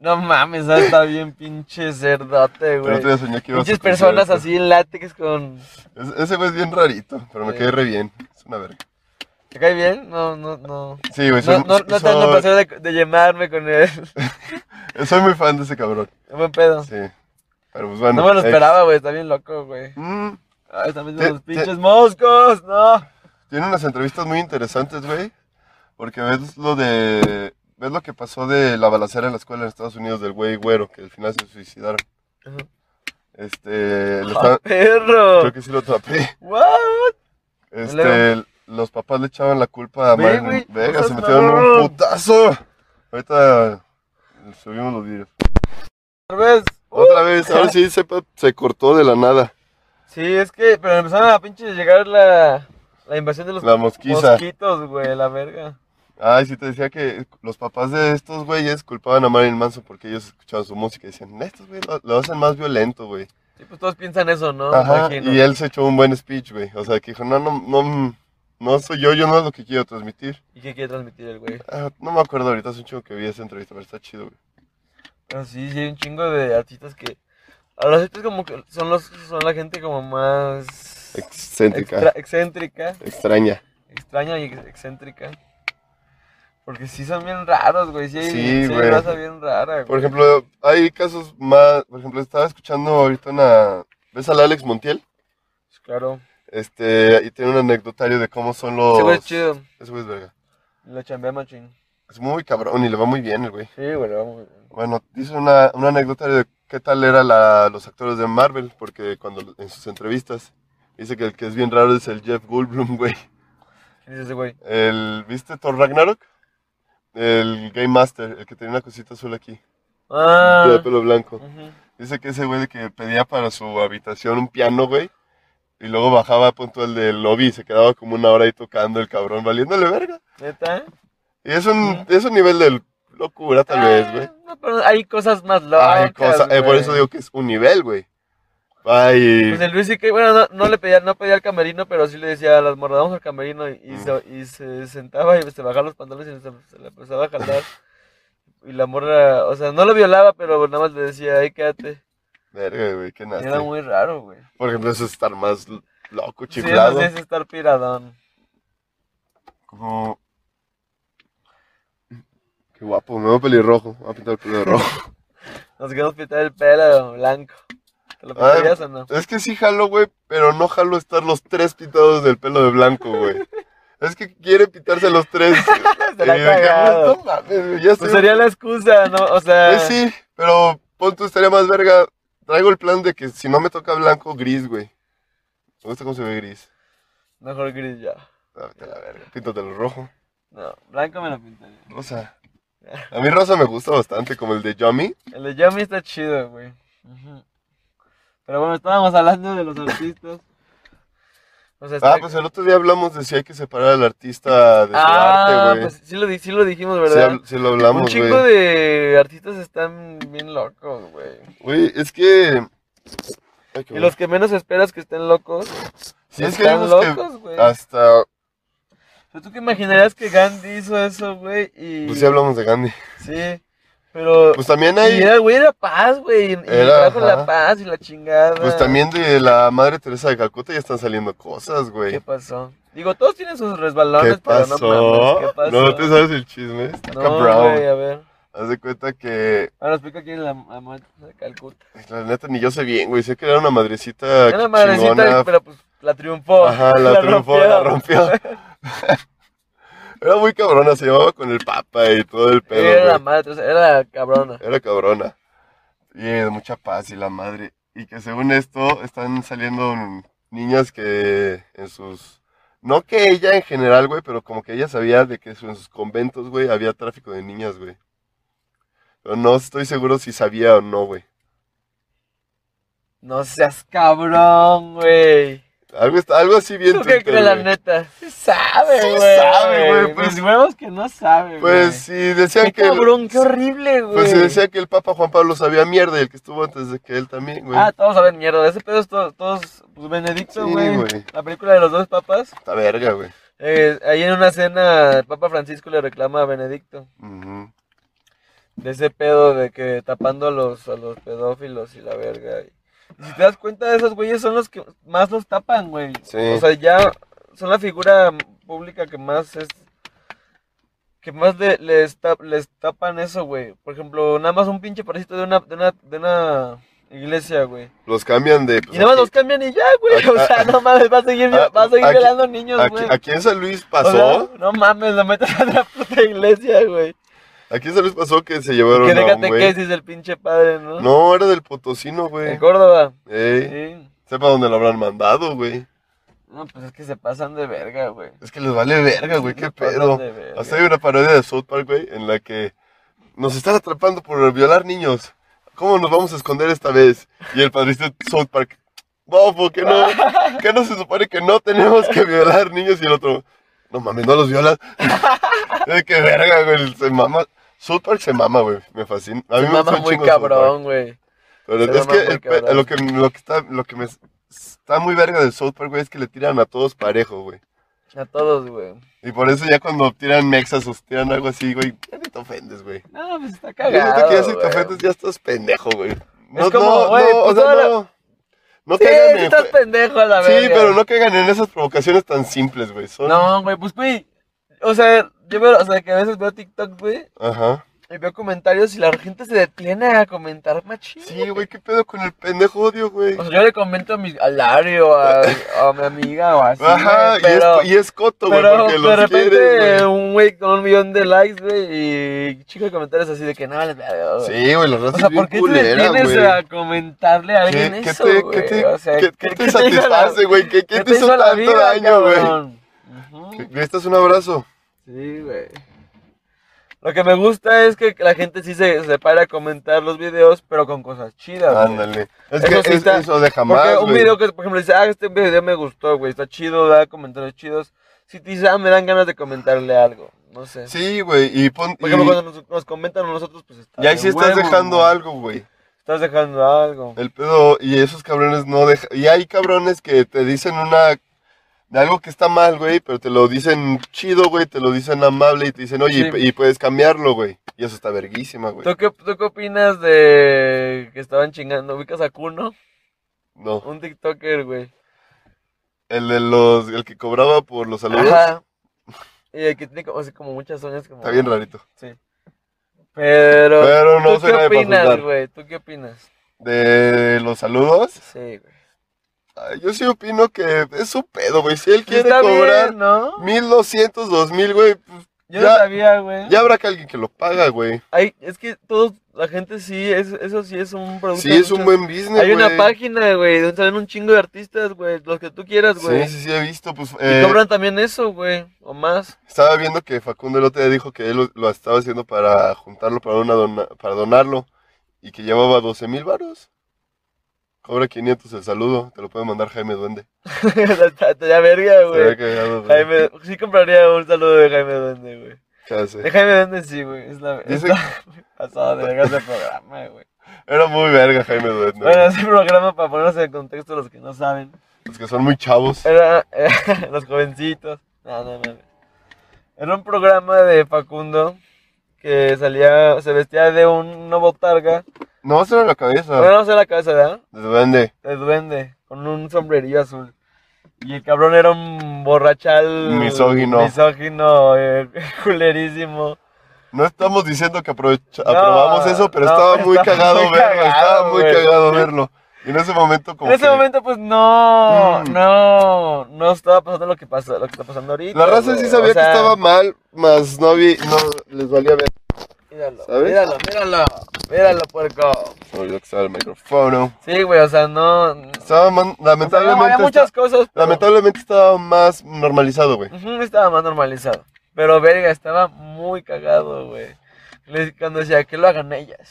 [SPEAKER 2] No mames, ah, está bien pinche cerdote,
[SPEAKER 1] Pero
[SPEAKER 2] güey.
[SPEAKER 1] otro día soñé que iba a
[SPEAKER 2] Pinches
[SPEAKER 1] su
[SPEAKER 2] personas
[SPEAKER 1] concierto.
[SPEAKER 2] así en látex con...
[SPEAKER 1] Es- ese güey es bien rarito, pero me
[SPEAKER 2] Sí.
[SPEAKER 1] quedé re bien. Es una verga.
[SPEAKER 2] ¿Te cae bien? No, no, no.
[SPEAKER 1] Sí,
[SPEAKER 2] No,
[SPEAKER 1] güey, soy,
[SPEAKER 2] no, no tengo
[SPEAKER 1] soy-
[SPEAKER 2] placer de, de llamarme con él.
[SPEAKER 1] soy muy fan de ese cabrón.
[SPEAKER 2] [LAUGHS] Buen pedo.
[SPEAKER 1] Sí. Pero pues bueno.
[SPEAKER 2] no me lo
[SPEAKER 1] ex.
[SPEAKER 2] esperaba, güey. Está bien loco, güey.
[SPEAKER 1] Mm,
[SPEAKER 2] Ay, están viendo
[SPEAKER 1] Te-
[SPEAKER 2] los
[SPEAKER 1] te-
[SPEAKER 2] pinches moscos, no.
[SPEAKER 1] tiene unas entrevistas muy interesantes, güey. Porque ves lo de. ¿Ves lo que pasó de la balacera en la escuela en Estados Unidos del güey güero? Que al final se suicidaron.
[SPEAKER 2] Ajá.
[SPEAKER 1] Este. le
[SPEAKER 2] Ah,
[SPEAKER 1] estaban-
[SPEAKER 2] perro.
[SPEAKER 1] creo que sí lo atrapé.
[SPEAKER 2] What?
[SPEAKER 1] Este.
[SPEAKER 2] luego?
[SPEAKER 1] Los papás le echaban la culpa a
[SPEAKER 2] Ve, güey,
[SPEAKER 1] Marilyn
[SPEAKER 2] no
[SPEAKER 1] Vega.
[SPEAKER 2] seas
[SPEAKER 1] Se metieron en un
[SPEAKER 2] mamón.
[SPEAKER 1] putazo. Ahorita subimos los videos.
[SPEAKER 2] Otra vez.
[SPEAKER 1] Otra vez, ahora
[SPEAKER 2] [LAUGHS]
[SPEAKER 1] sí se, se cortó de la nada.
[SPEAKER 2] uh, Sí, es que, pero empezaron a pinche llegar la, la invasión de los
[SPEAKER 1] La mosquiza.
[SPEAKER 2] mosquitos, güey, la verga.
[SPEAKER 1] Ay, sí, te decía que los papás de estos güeyes culpaban a Marilyn Manson porque ellos escuchaban su música y decían, estos güeyes lo, lo hacen más violento, güey.
[SPEAKER 2] Sí, pues todos piensan eso, ¿no?
[SPEAKER 1] Ajá,
[SPEAKER 2] Imagino.
[SPEAKER 1] y él se echó un buen speech, güey. O sea, que dijo, no, no, no, no soy yo, yo no es lo que quiero transmitir.
[SPEAKER 2] ¿Y qué quiere transmitir el güey?
[SPEAKER 1] Ah, no me acuerdo ahorita, es un chingo que vi esa entrevista, pero está chido, güey.
[SPEAKER 2] Pero sí, sí hay un chingo de artistas que... A los artistas como que son, los, son la gente como más...
[SPEAKER 1] Excéntrica,
[SPEAKER 2] extra- excéntrica.
[SPEAKER 1] extraña.
[SPEAKER 2] Extraña y ex- excéntrica. Porque sí son bien raros, güey. Sí, hay-
[SPEAKER 1] Sí,
[SPEAKER 2] sí hay
[SPEAKER 1] güey.
[SPEAKER 2] raza bien rara,
[SPEAKER 1] Por
[SPEAKER 2] güey.
[SPEAKER 1] ejemplo, hay casos más, por ejemplo, estaba escuchando ahorita una, ¿ves al Alex Montiel?
[SPEAKER 2] Pues claro.
[SPEAKER 1] Este, y tiene un anecdotario de cómo son los...
[SPEAKER 2] Ese güey es chido.
[SPEAKER 1] Ese güey es verga.
[SPEAKER 2] Lo chambea machín.
[SPEAKER 1] Es muy cabrón y le va muy bien el güey.
[SPEAKER 2] Sí, güey, lo vamos a
[SPEAKER 1] Bueno, dice una, una anécdota de qué tal eran los actores de Marvel, porque cuando en sus entrevistas dice que el que es bien raro es el Jeff Goldblum, [LAUGHS] güey.
[SPEAKER 2] ¿Quién es ese güey?
[SPEAKER 1] El, ¿Viste Thor Ragnarok? El Game Master, el que tenía una cosita azul aquí, de
[SPEAKER 2] Ah.
[SPEAKER 1] pelo blanco.
[SPEAKER 2] ujú.
[SPEAKER 1] Dice que ese güey de que pedía para su habitación un piano, güey. Y luego bajaba punto el del lobby y se quedaba como una hora ahí tocando el cabrón, valiéndole verga.
[SPEAKER 2] ¿Neta?
[SPEAKER 1] Y es un, es un nivel de locura tal vez, güey.
[SPEAKER 2] Ah, No, pero hay cosas más locas.
[SPEAKER 1] Ay, cosa, eh, por
[SPEAKER 2] Ah, güey.
[SPEAKER 1] eso digo que es un nivel, güey. Ay,
[SPEAKER 2] Pues el Luis sí que, bueno, no, no le pedía, no pedía al camerino, pero sí le decía a las morradamos al camerino y, y se, y se sentaba y se bajaba los pantalones y se, se le empezaba a jalar. Y la morra, o sea, no lo violaba, pero nada más le decía, ay, quédate.
[SPEAKER 1] verga, güey, qué
[SPEAKER 2] Y Era
[SPEAKER 1] nasty.
[SPEAKER 2] muy raro, güey.
[SPEAKER 1] Por ejemplo, eso es estar más l- loco,
[SPEAKER 2] Sí,
[SPEAKER 1] chiflado.
[SPEAKER 2] no sé, es estar piradón.
[SPEAKER 1] Como... Qué guapo, me veo pelirrojo. Voy a pintar el pelo de rojo.
[SPEAKER 2] Nos queremos pintar el pelo blanco. ¿Te lo
[SPEAKER 1] Ay,
[SPEAKER 2] pintarías o no?
[SPEAKER 1] es que sí jalo, güey, pero no jalo estar los tres pintados del pelo de blanco, güey. Es que quiere pintarse los tres.
[SPEAKER 2] [LAUGHS] [LAUGHS] Se la
[SPEAKER 1] Y
[SPEAKER 2] ha
[SPEAKER 1] dije,
[SPEAKER 2] cagado.
[SPEAKER 1] "No mames, güey, ya
[SPEAKER 2] Pues
[SPEAKER 1] estoy-
[SPEAKER 2] sería la excusa, ¿no? O sea,
[SPEAKER 1] Pues sí, pero pon tú, estaría más verga. Traigo el plan de que si no me toca blanco, gris, güey. Me gusta cómo se ve gris.
[SPEAKER 2] mejor gris ya.
[SPEAKER 1] Ah, vete a la verga. Píntatelo rojo.
[SPEAKER 2] No, blanco me lo pintaría.
[SPEAKER 1] Rosa. A mí rosa me gusta bastante, como el de Yummy.
[SPEAKER 2] El de Yami está chido, güey. Ujú. Pero bueno, estábamos hablando
[SPEAKER 1] [LAUGHS]
[SPEAKER 2] de los artistas. O sea,
[SPEAKER 1] Ah,
[SPEAKER 2] está-
[SPEAKER 1] pues el otro día hablamos de si hay que separar al artista de su
[SPEAKER 2] Ah,
[SPEAKER 1] arte, güey.
[SPEAKER 2] pues sí lo, di- sí lo dijimos,
[SPEAKER 1] Sí
[SPEAKER 2] ¿verdad?
[SPEAKER 1] habl- sí, lo
[SPEAKER 2] Un
[SPEAKER 1] hablamos,
[SPEAKER 2] chingo
[SPEAKER 1] güey.
[SPEAKER 2] de artistas están bien locos, güey.
[SPEAKER 1] Güey, es que... Ay, qué
[SPEAKER 2] Y los que menos esperas que estén locos,
[SPEAKER 1] Sí, es que hay
[SPEAKER 2] están
[SPEAKER 1] unos que
[SPEAKER 2] locos, güey.
[SPEAKER 1] hasta...
[SPEAKER 2] Pero ¿Tú te imaginarías que Gandhi hizo eso, güey? Y...
[SPEAKER 1] Pues sí hablamos de Gandhi.
[SPEAKER 2] Sí, pero...
[SPEAKER 1] Pues también
[SPEAKER 2] y
[SPEAKER 1] hay...
[SPEAKER 2] era, güey, era paz, güey. Y, y
[SPEAKER 1] Era,
[SPEAKER 2] trajo la
[SPEAKER 1] ajá.
[SPEAKER 2] paz y la chingada.
[SPEAKER 1] Pues también de la Madre Teresa de Calcuta ya están saliendo cosas, güey.
[SPEAKER 2] ¿Qué pasó? Digo, todos tienen sus resbalones,
[SPEAKER 1] ¿Qué
[SPEAKER 2] pero
[SPEAKER 1] pasó?
[SPEAKER 2] no mames, ¿qué pasó?
[SPEAKER 1] No te sabes el chisme. Está
[SPEAKER 2] No,
[SPEAKER 1] cabrón.
[SPEAKER 2] güey, a ver.
[SPEAKER 1] Haz de cuenta que.
[SPEAKER 2] Ahora explica quién es la, la madre de Calcuta.
[SPEAKER 1] La neta ni yo sé bien, güey. Sé que era una madrecita.
[SPEAKER 2] Era una madrecita,
[SPEAKER 1] chingona.
[SPEAKER 2] pero pues la triunfó. [LAUGHS]
[SPEAKER 1] Ajá, la, triunfó, la rompió. [LAUGHS] era muy cabrona, se llevaba con el papa y todo el pedo.
[SPEAKER 2] era la
[SPEAKER 1] güey.
[SPEAKER 2] madre, o sea, era la cabrona.
[SPEAKER 1] Era cabrona. Y de mucha paz y la madre. Y que según esto, están saliendo n- niñas que en sus. No que ella en general, güey, pero como que ella sabía de que su- en sus conventos, güey, había tráfico de niñas, güey. Pero no estoy seguro si sabía o no, güey.
[SPEAKER 2] No seas cabrón, güey.
[SPEAKER 1] Algo, está- algo así bien
[SPEAKER 2] ¿Tú [LAUGHS] qué
[SPEAKER 1] Twitter,
[SPEAKER 2] crees, la
[SPEAKER 1] güey.
[SPEAKER 2] neta? Sí sabe,
[SPEAKER 1] Sí
[SPEAKER 2] güey.
[SPEAKER 1] sabe, güey, pues-
[SPEAKER 2] Mis huevos que no sabe, güey.
[SPEAKER 1] Pues sí, decían
[SPEAKER 2] Qué
[SPEAKER 1] que... el-
[SPEAKER 2] cabrón, qué horrible, güey.
[SPEAKER 1] Pues se decía que el Papa Juan Pablo sabía mierda y el que estuvo antes de que él también, güey.
[SPEAKER 2] Ah, todos saben mierda. Ese pedo es todo- todos. Pues Benedicto,
[SPEAKER 1] Sí,
[SPEAKER 2] güey.
[SPEAKER 1] güey.
[SPEAKER 2] la película de los dos papas.
[SPEAKER 1] Está verga, güey.
[SPEAKER 2] eh, ahí en una cena, el Papa Francisco le reclama a Benedicto.
[SPEAKER 1] Ujú.
[SPEAKER 2] De ese pedo de que tapando a los, a los pedófilos y la verga. Y, y si te das cuenta, esos güeyes son los que más los tapan, güey.
[SPEAKER 1] Sí.
[SPEAKER 2] O sea, ya son la figura pública que más es. Que más de- les, tap- les tapan eso, güey. Por ejemplo, nada más un pinche parásito de una, de una, de una iglesia, güey.
[SPEAKER 1] Los cambian de... pues,
[SPEAKER 2] Y nada más
[SPEAKER 1] aquí-
[SPEAKER 2] los cambian y ya, güey.
[SPEAKER 1] Aquí-
[SPEAKER 2] O sea, no mames, va a seguir,
[SPEAKER 1] Ah,
[SPEAKER 2] va a seguir
[SPEAKER 1] aquí-
[SPEAKER 2] violando niños,
[SPEAKER 1] aquí,
[SPEAKER 2] güey.
[SPEAKER 1] aquí en San Luis
[SPEAKER 2] O sea,
[SPEAKER 1] pasó,
[SPEAKER 2] no mames, lo metes a la puta iglesia, güey.
[SPEAKER 1] aquí en San Luis pasó que se llevaron
[SPEAKER 2] Que
[SPEAKER 1] a un
[SPEAKER 2] déjate que
[SPEAKER 1] güey.
[SPEAKER 2] dice el pinche padre, ¿no?
[SPEAKER 1] No, era del Potosino,
[SPEAKER 2] En
[SPEAKER 1] güey.
[SPEAKER 2] Córdoba.
[SPEAKER 1] Ey,
[SPEAKER 2] Sí.
[SPEAKER 1] sepa dónde lo habrán mandado, güey.
[SPEAKER 2] No, pues es que se pasan de verga, güey.
[SPEAKER 1] Es que les vale verga, güey,
[SPEAKER 2] Se
[SPEAKER 1] qué
[SPEAKER 2] pasan
[SPEAKER 1] pedo.
[SPEAKER 2] de verga.
[SPEAKER 1] Hasta hay una parodia de South Park, güey, en la que nos están atrapando por violar niños. ¿Cómo nos vamos a esconder esta vez? Y el padrino de South Park, no, ¿por qué no? ¿Qué no se supone que no tenemos que violar niños? Y el otro, no mames, no los violas. [LAUGHS] Es que verga, güey, se mama. South Park se mama, güey, me fascina. A mí
[SPEAKER 2] Se
[SPEAKER 1] me
[SPEAKER 2] mama
[SPEAKER 1] gusta un
[SPEAKER 2] muy
[SPEAKER 1] chingo South Park.
[SPEAKER 2] cabrón, güey.
[SPEAKER 1] Pero
[SPEAKER 2] Se
[SPEAKER 1] es
[SPEAKER 2] mama
[SPEAKER 1] que,
[SPEAKER 2] muy
[SPEAKER 1] el pe-
[SPEAKER 2] cabrón.
[SPEAKER 1] lo, que lo que está, lo que me está muy verga de South Park, güey, es que le tiran a todos parejo, güey.
[SPEAKER 2] A todos, güey.
[SPEAKER 1] Y por eso ya cuando tiran mexas o tiran algo así, güey, ya ni te ofendes, güey.
[SPEAKER 2] No, pues está
[SPEAKER 1] Yo siento
[SPEAKER 2] cagado,
[SPEAKER 1] que ya si te
[SPEAKER 2] güey.
[SPEAKER 1] ofendes ya estás pendejo, güey.
[SPEAKER 2] como, güey,
[SPEAKER 1] no, o
[SPEAKER 2] pues,
[SPEAKER 1] sea,
[SPEAKER 2] ahora-
[SPEAKER 1] no. No
[SPEAKER 2] Sí,
[SPEAKER 1] caigan en
[SPEAKER 2] estás
[SPEAKER 1] jue-
[SPEAKER 2] pendejo a la verga.
[SPEAKER 1] Sí, pero no caigan en esas provocaciones tan simples, güey. Son...
[SPEAKER 2] No, güey, pues, güey. O sea, yo veo, o sea, que a veces veo TikTok, güey,
[SPEAKER 1] Ajá.
[SPEAKER 2] y veo comentarios y la gente se detiene a comentar machín.
[SPEAKER 1] Sí, güey, ¿qué pedo con el pendejo odio, güey?
[SPEAKER 2] O sea, yo le comento a mi a Lari o a, a mi amiga o así.
[SPEAKER 1] Ajá,
[SPEAKER 2] güey, pero,
[SPEAKER 1] y, es, y es coto, güey,
[SPEAKER 2] pero
[SPEAKER 1] porque
[SPEAKER 2] de
[SPEAKER 1] los
[SPEAKER 2] repente
[SPEAKER 1] quieres, güey.
[SPEAKER 2] un güey con un millón de likes, güey, y chico de comentarios así de que no, la verga, güey.
[SPEAKER 1] Sí, güey, los
[SPEAKER 2] O sea,
[SPEAKER 1] razas bien
[SPEAKER 2] ¿por qué te
[SPEAKER 1] culeras,
[SPEAKER 2] detienes
[SPEAKER 1] güey.
[SPEAKER 2] a comentarle a
[SPEAKER 1] ¿Qué,
[SPEAKER 2] alguien
[SPEAKER 1] qué
[SPEAKER 2] eso,
[SPEAKER 1] te,
[SPEAKER 2] güey?
[SPEAKER 1] qué te,
[SPEAKER 2] o sea,
[SPEAKER 1] qué- qué te
[SPEAKER 2] hizo la-
[SPEAKER 1] satisface, güey? ¿Qué, qué
[SPEAKER 2] qué
[SPEAKER 1] te hizo
[SPEAKER 2] la
[SPEAKER 1] tanto
[SPEAKER 2] vida,
[SPEAKER 1] daño, güey?
[SPEAKER 2] cabrón? Ujú.
[SPEAKER 1] Necesitas un abrazo.
[SPEAKER 2] Sí, güey. Lo que me gusta es que la gente sí se, se para a comentar los videos, pero con cosas chidas, güey.
[SPEAKER 1] Ándale. Es
[SPEAKER 2] Eso
[SPEAKER 1] que
[SPEAKER 2] sí
[SPEAKER 1] es-
[SPEAKER 2] está-
[SPEAKER 1] eso deja
[SPEAKER 2] Porque
[SPEAKER 1] más,
[SPEAKER 2] un
[SPEAKER 1] güey.
[SPEAKER 2] video que, por ejemplo, dice, ah, este video me gustó, güey, está chido, da comentarios chidos. Si te dice, ah, me dan ganas de comentarle algo, no sé.
[SPEAKER 1] Sí, güey, y pon...
[SPEAKER 2] Por ejemplo,
[SPEAKER 1] y-
[SPEAKER 2] cuando nos, nos comentan a nosotros, pues está
[SPEAKER 1] Y ahí
[SPEAKER 2] de
[SPEAKER 1] sí estás
[SPEAKER 2] huevos,
[SPEAKER 1] dejando
[SPEAKER 2] güey.
[SPEAKER 1] algo, güey.
[SPEAKER 2] Estás dejando algo.
[SPEAKER 1] El pedo, y esos cabrones no dejan. Y hay cabrones que te dicen una. de algo que está mal, güey, pero te lo dicen chido, güey, te lo dicen amable y te dicen, oye, y
[SPEAKER 2] Sí.
[SPEAKER 1] p- y, puedes cambiarlo, güey. Y eso está verguísima, güey.
[SPEAKER 2] ¿Tú qué, ¿Tú qué opinas de que estaban chingando? ¿Ubicas a Kuno?
[SPEAKER 1] No.
[SPEAKER 2] Un TikToker, güey.
[SPEAKER 1] El de los. El que cobraba por los saludos.
[SPEAKER 2] Ajá. Y el que tiene como, así como muchas uñas como...
[SPEAKER 1] Está bien rarito.
[SPEAKER 2] Sí. Pero...
[SPEAKER 1] Pero no
[SPEAKER 2] ¿Tú
[SPEAKER 1] soy
[SPEAKER 2] qué
[SPEAKER 1] nadie para
[SPEAKER 2] opinas,
[SPEAKER 1] juzgar.
[SPEAKER 2] güey? ¿Tú qué opinas?
[SPEAKER 1] De los saludos.
[SPEAKER 2] Sí, güey.
[SPEAKER 1] ay, Yo sí opino que es su pedo, güey. Si él quiere
[SPEAKER 2] Pues Está bien,
[SPEAKER 1] cobrar
[SPEAKER 2] ¿no?
[SPEAKER 1] 1200, 2000, güey, pues,
[SPEAKER 2] Yo
[SPEAKER 1] Ya-
[SPEAKER 2] no sabía, güey.
[SPEAKER 1] ya habrá que alguien que lo paga, güey.
[SPEAKER 2] Hay- es que todos, la gente sí, es, eso sí es un producto.
[SPEAKER 1] Sí,
[SPEAKER 2] de
[SPEAKER 1] es un
[SPEAKER 2] muchas-
[SPEAKER 1] buen business, güey.
[SPEAKER 2] Hay una página, güey, donde salen un chingo de artistas, güey, los que tú quieras, güey.
[SPEAKER 1] Sí, sí, sí, he visto. Pues,
[SPEAKER 2] Y
[SPEAKER 1] eh,
[SPEAKER 2] cobran también eso, güey, o más. [LAUGHS]
[SPEAKER 1] estaba viendo que Facundo el otro día dijo que él lo, lo estaba haciendo para juntarlo, para, una dona- para donarlo, y que llevaba 12 mil varos. Cobra 500 el saludo, te lo puede mandar Jaime Duende.
[SPEAKER 2] Está está ya verga,
[SPEAKER 1] Se ve
[SPEAKER 2] güey.
[SPEAKER 1] cagado, güey.
[SPEAKER 2] Jaime, sí compraría un saludo de Jaime Duende, güey.
[SPEAKER 1] ¿Qué hace?
[SPEAKER 2] De Jaime Duende sí, güey. Es la
[SPEAKER 1] Dice-
[SPEAKER 2] está [LAUGHS] pasado de verga ese programa,
[SPEAKER 1] [LAUGHS]
[SPEAKER 2] güey.
[SPEAKER 1] Era muy verga Jaime Duende.
[SPEAKER 2] Bueno,
[SPEAKER 1] güey.
[SPEAKER 2] ese programa, para ponerse en contexto los que no saben,
[SPEAKER 1] Los que son muy chavos.
[SPEAKER 2] Era [LAUGHS] eh, los jovencitos. No, no, no. Era un programa de Facundo que salía, se vestía de un, una botarga.
[SPEAKER 1] No, se ve la cabeza.
[SPEAKER 2] Bueno, no sé la cabeza, ¿verdad?
[SPEAKER 1] De Duende.
[SPEAKER 2] De duende, con un sombrerillo azul. Y el cabrón era un borrachal.
[SPEAKER 1] Misógino.
[SPEAKER 2] Misógino, eh, [LAUGHS] culerísimo.
[SPEAKER 1] No estamos diciendo que aprovecha-
[SPEAKER 2] No,
[SPEAKER 1] aprobamos eso, pero
[SPEAKER 2] no,
[SPEAKER 1] estaba
[SPEAKER 2] pero
[SPEAKER 1] muy
[SPEAKER 2] estaba
[SPEAKER 1] cagado
[SPEAKER 2] muy
[SPEAKER 1] verlo. estaba
[SPEAKER 2] cagado,
[SPEAKER 1] muy
[SPEAKER 2] güey.
[SPEAKER 1] cagado verlo. Y en ese momento, como.
[SPEAKER 2] en ese
[SPEAKER 1] que-
[SPEAKER 2] momento, pues no,
[SPEAKER 1] Mm.
[SPEAKER 2] no, no estaba pasando lo que, pasa, lo que está pasando ahorita.
[SPEAKER 1] La raza sí
[SPEAKER 2] güey.
[SPEAKER 1] sabía
[SPEAKER 2] O sea,
[SPEAKER 1] que estaba mal, mas no, vi, no les valía ver.
[SPEAKER 2] Míralo,
[SPEAKER 1] ¿sabes?
[SPEAKER 2] míralo, míralo, míralo, puerco.
[SPEAKER 1] Se me olvidó Oh, que estaba el micrófono.
[SPEAKER 2] Sí, güey, o sea, no. o sea,
[SPEAKER 1] Estaba man-
[SPEAKER 2] no,
[SPEAKER 1] lamentablemente,
[SPEAKER 2] había muchas cosas.
[SPEAKER 1] esta-
[SPEAKER 2] pero-
[SPEAKER 1] lamentablemente estaba más normalizado, güey.
[SPEAKER 2] Ujú, estaba más normalizado. Pero, verga, estaba muy cagado, güey. Le- Cuando decía que lo hagan ellas.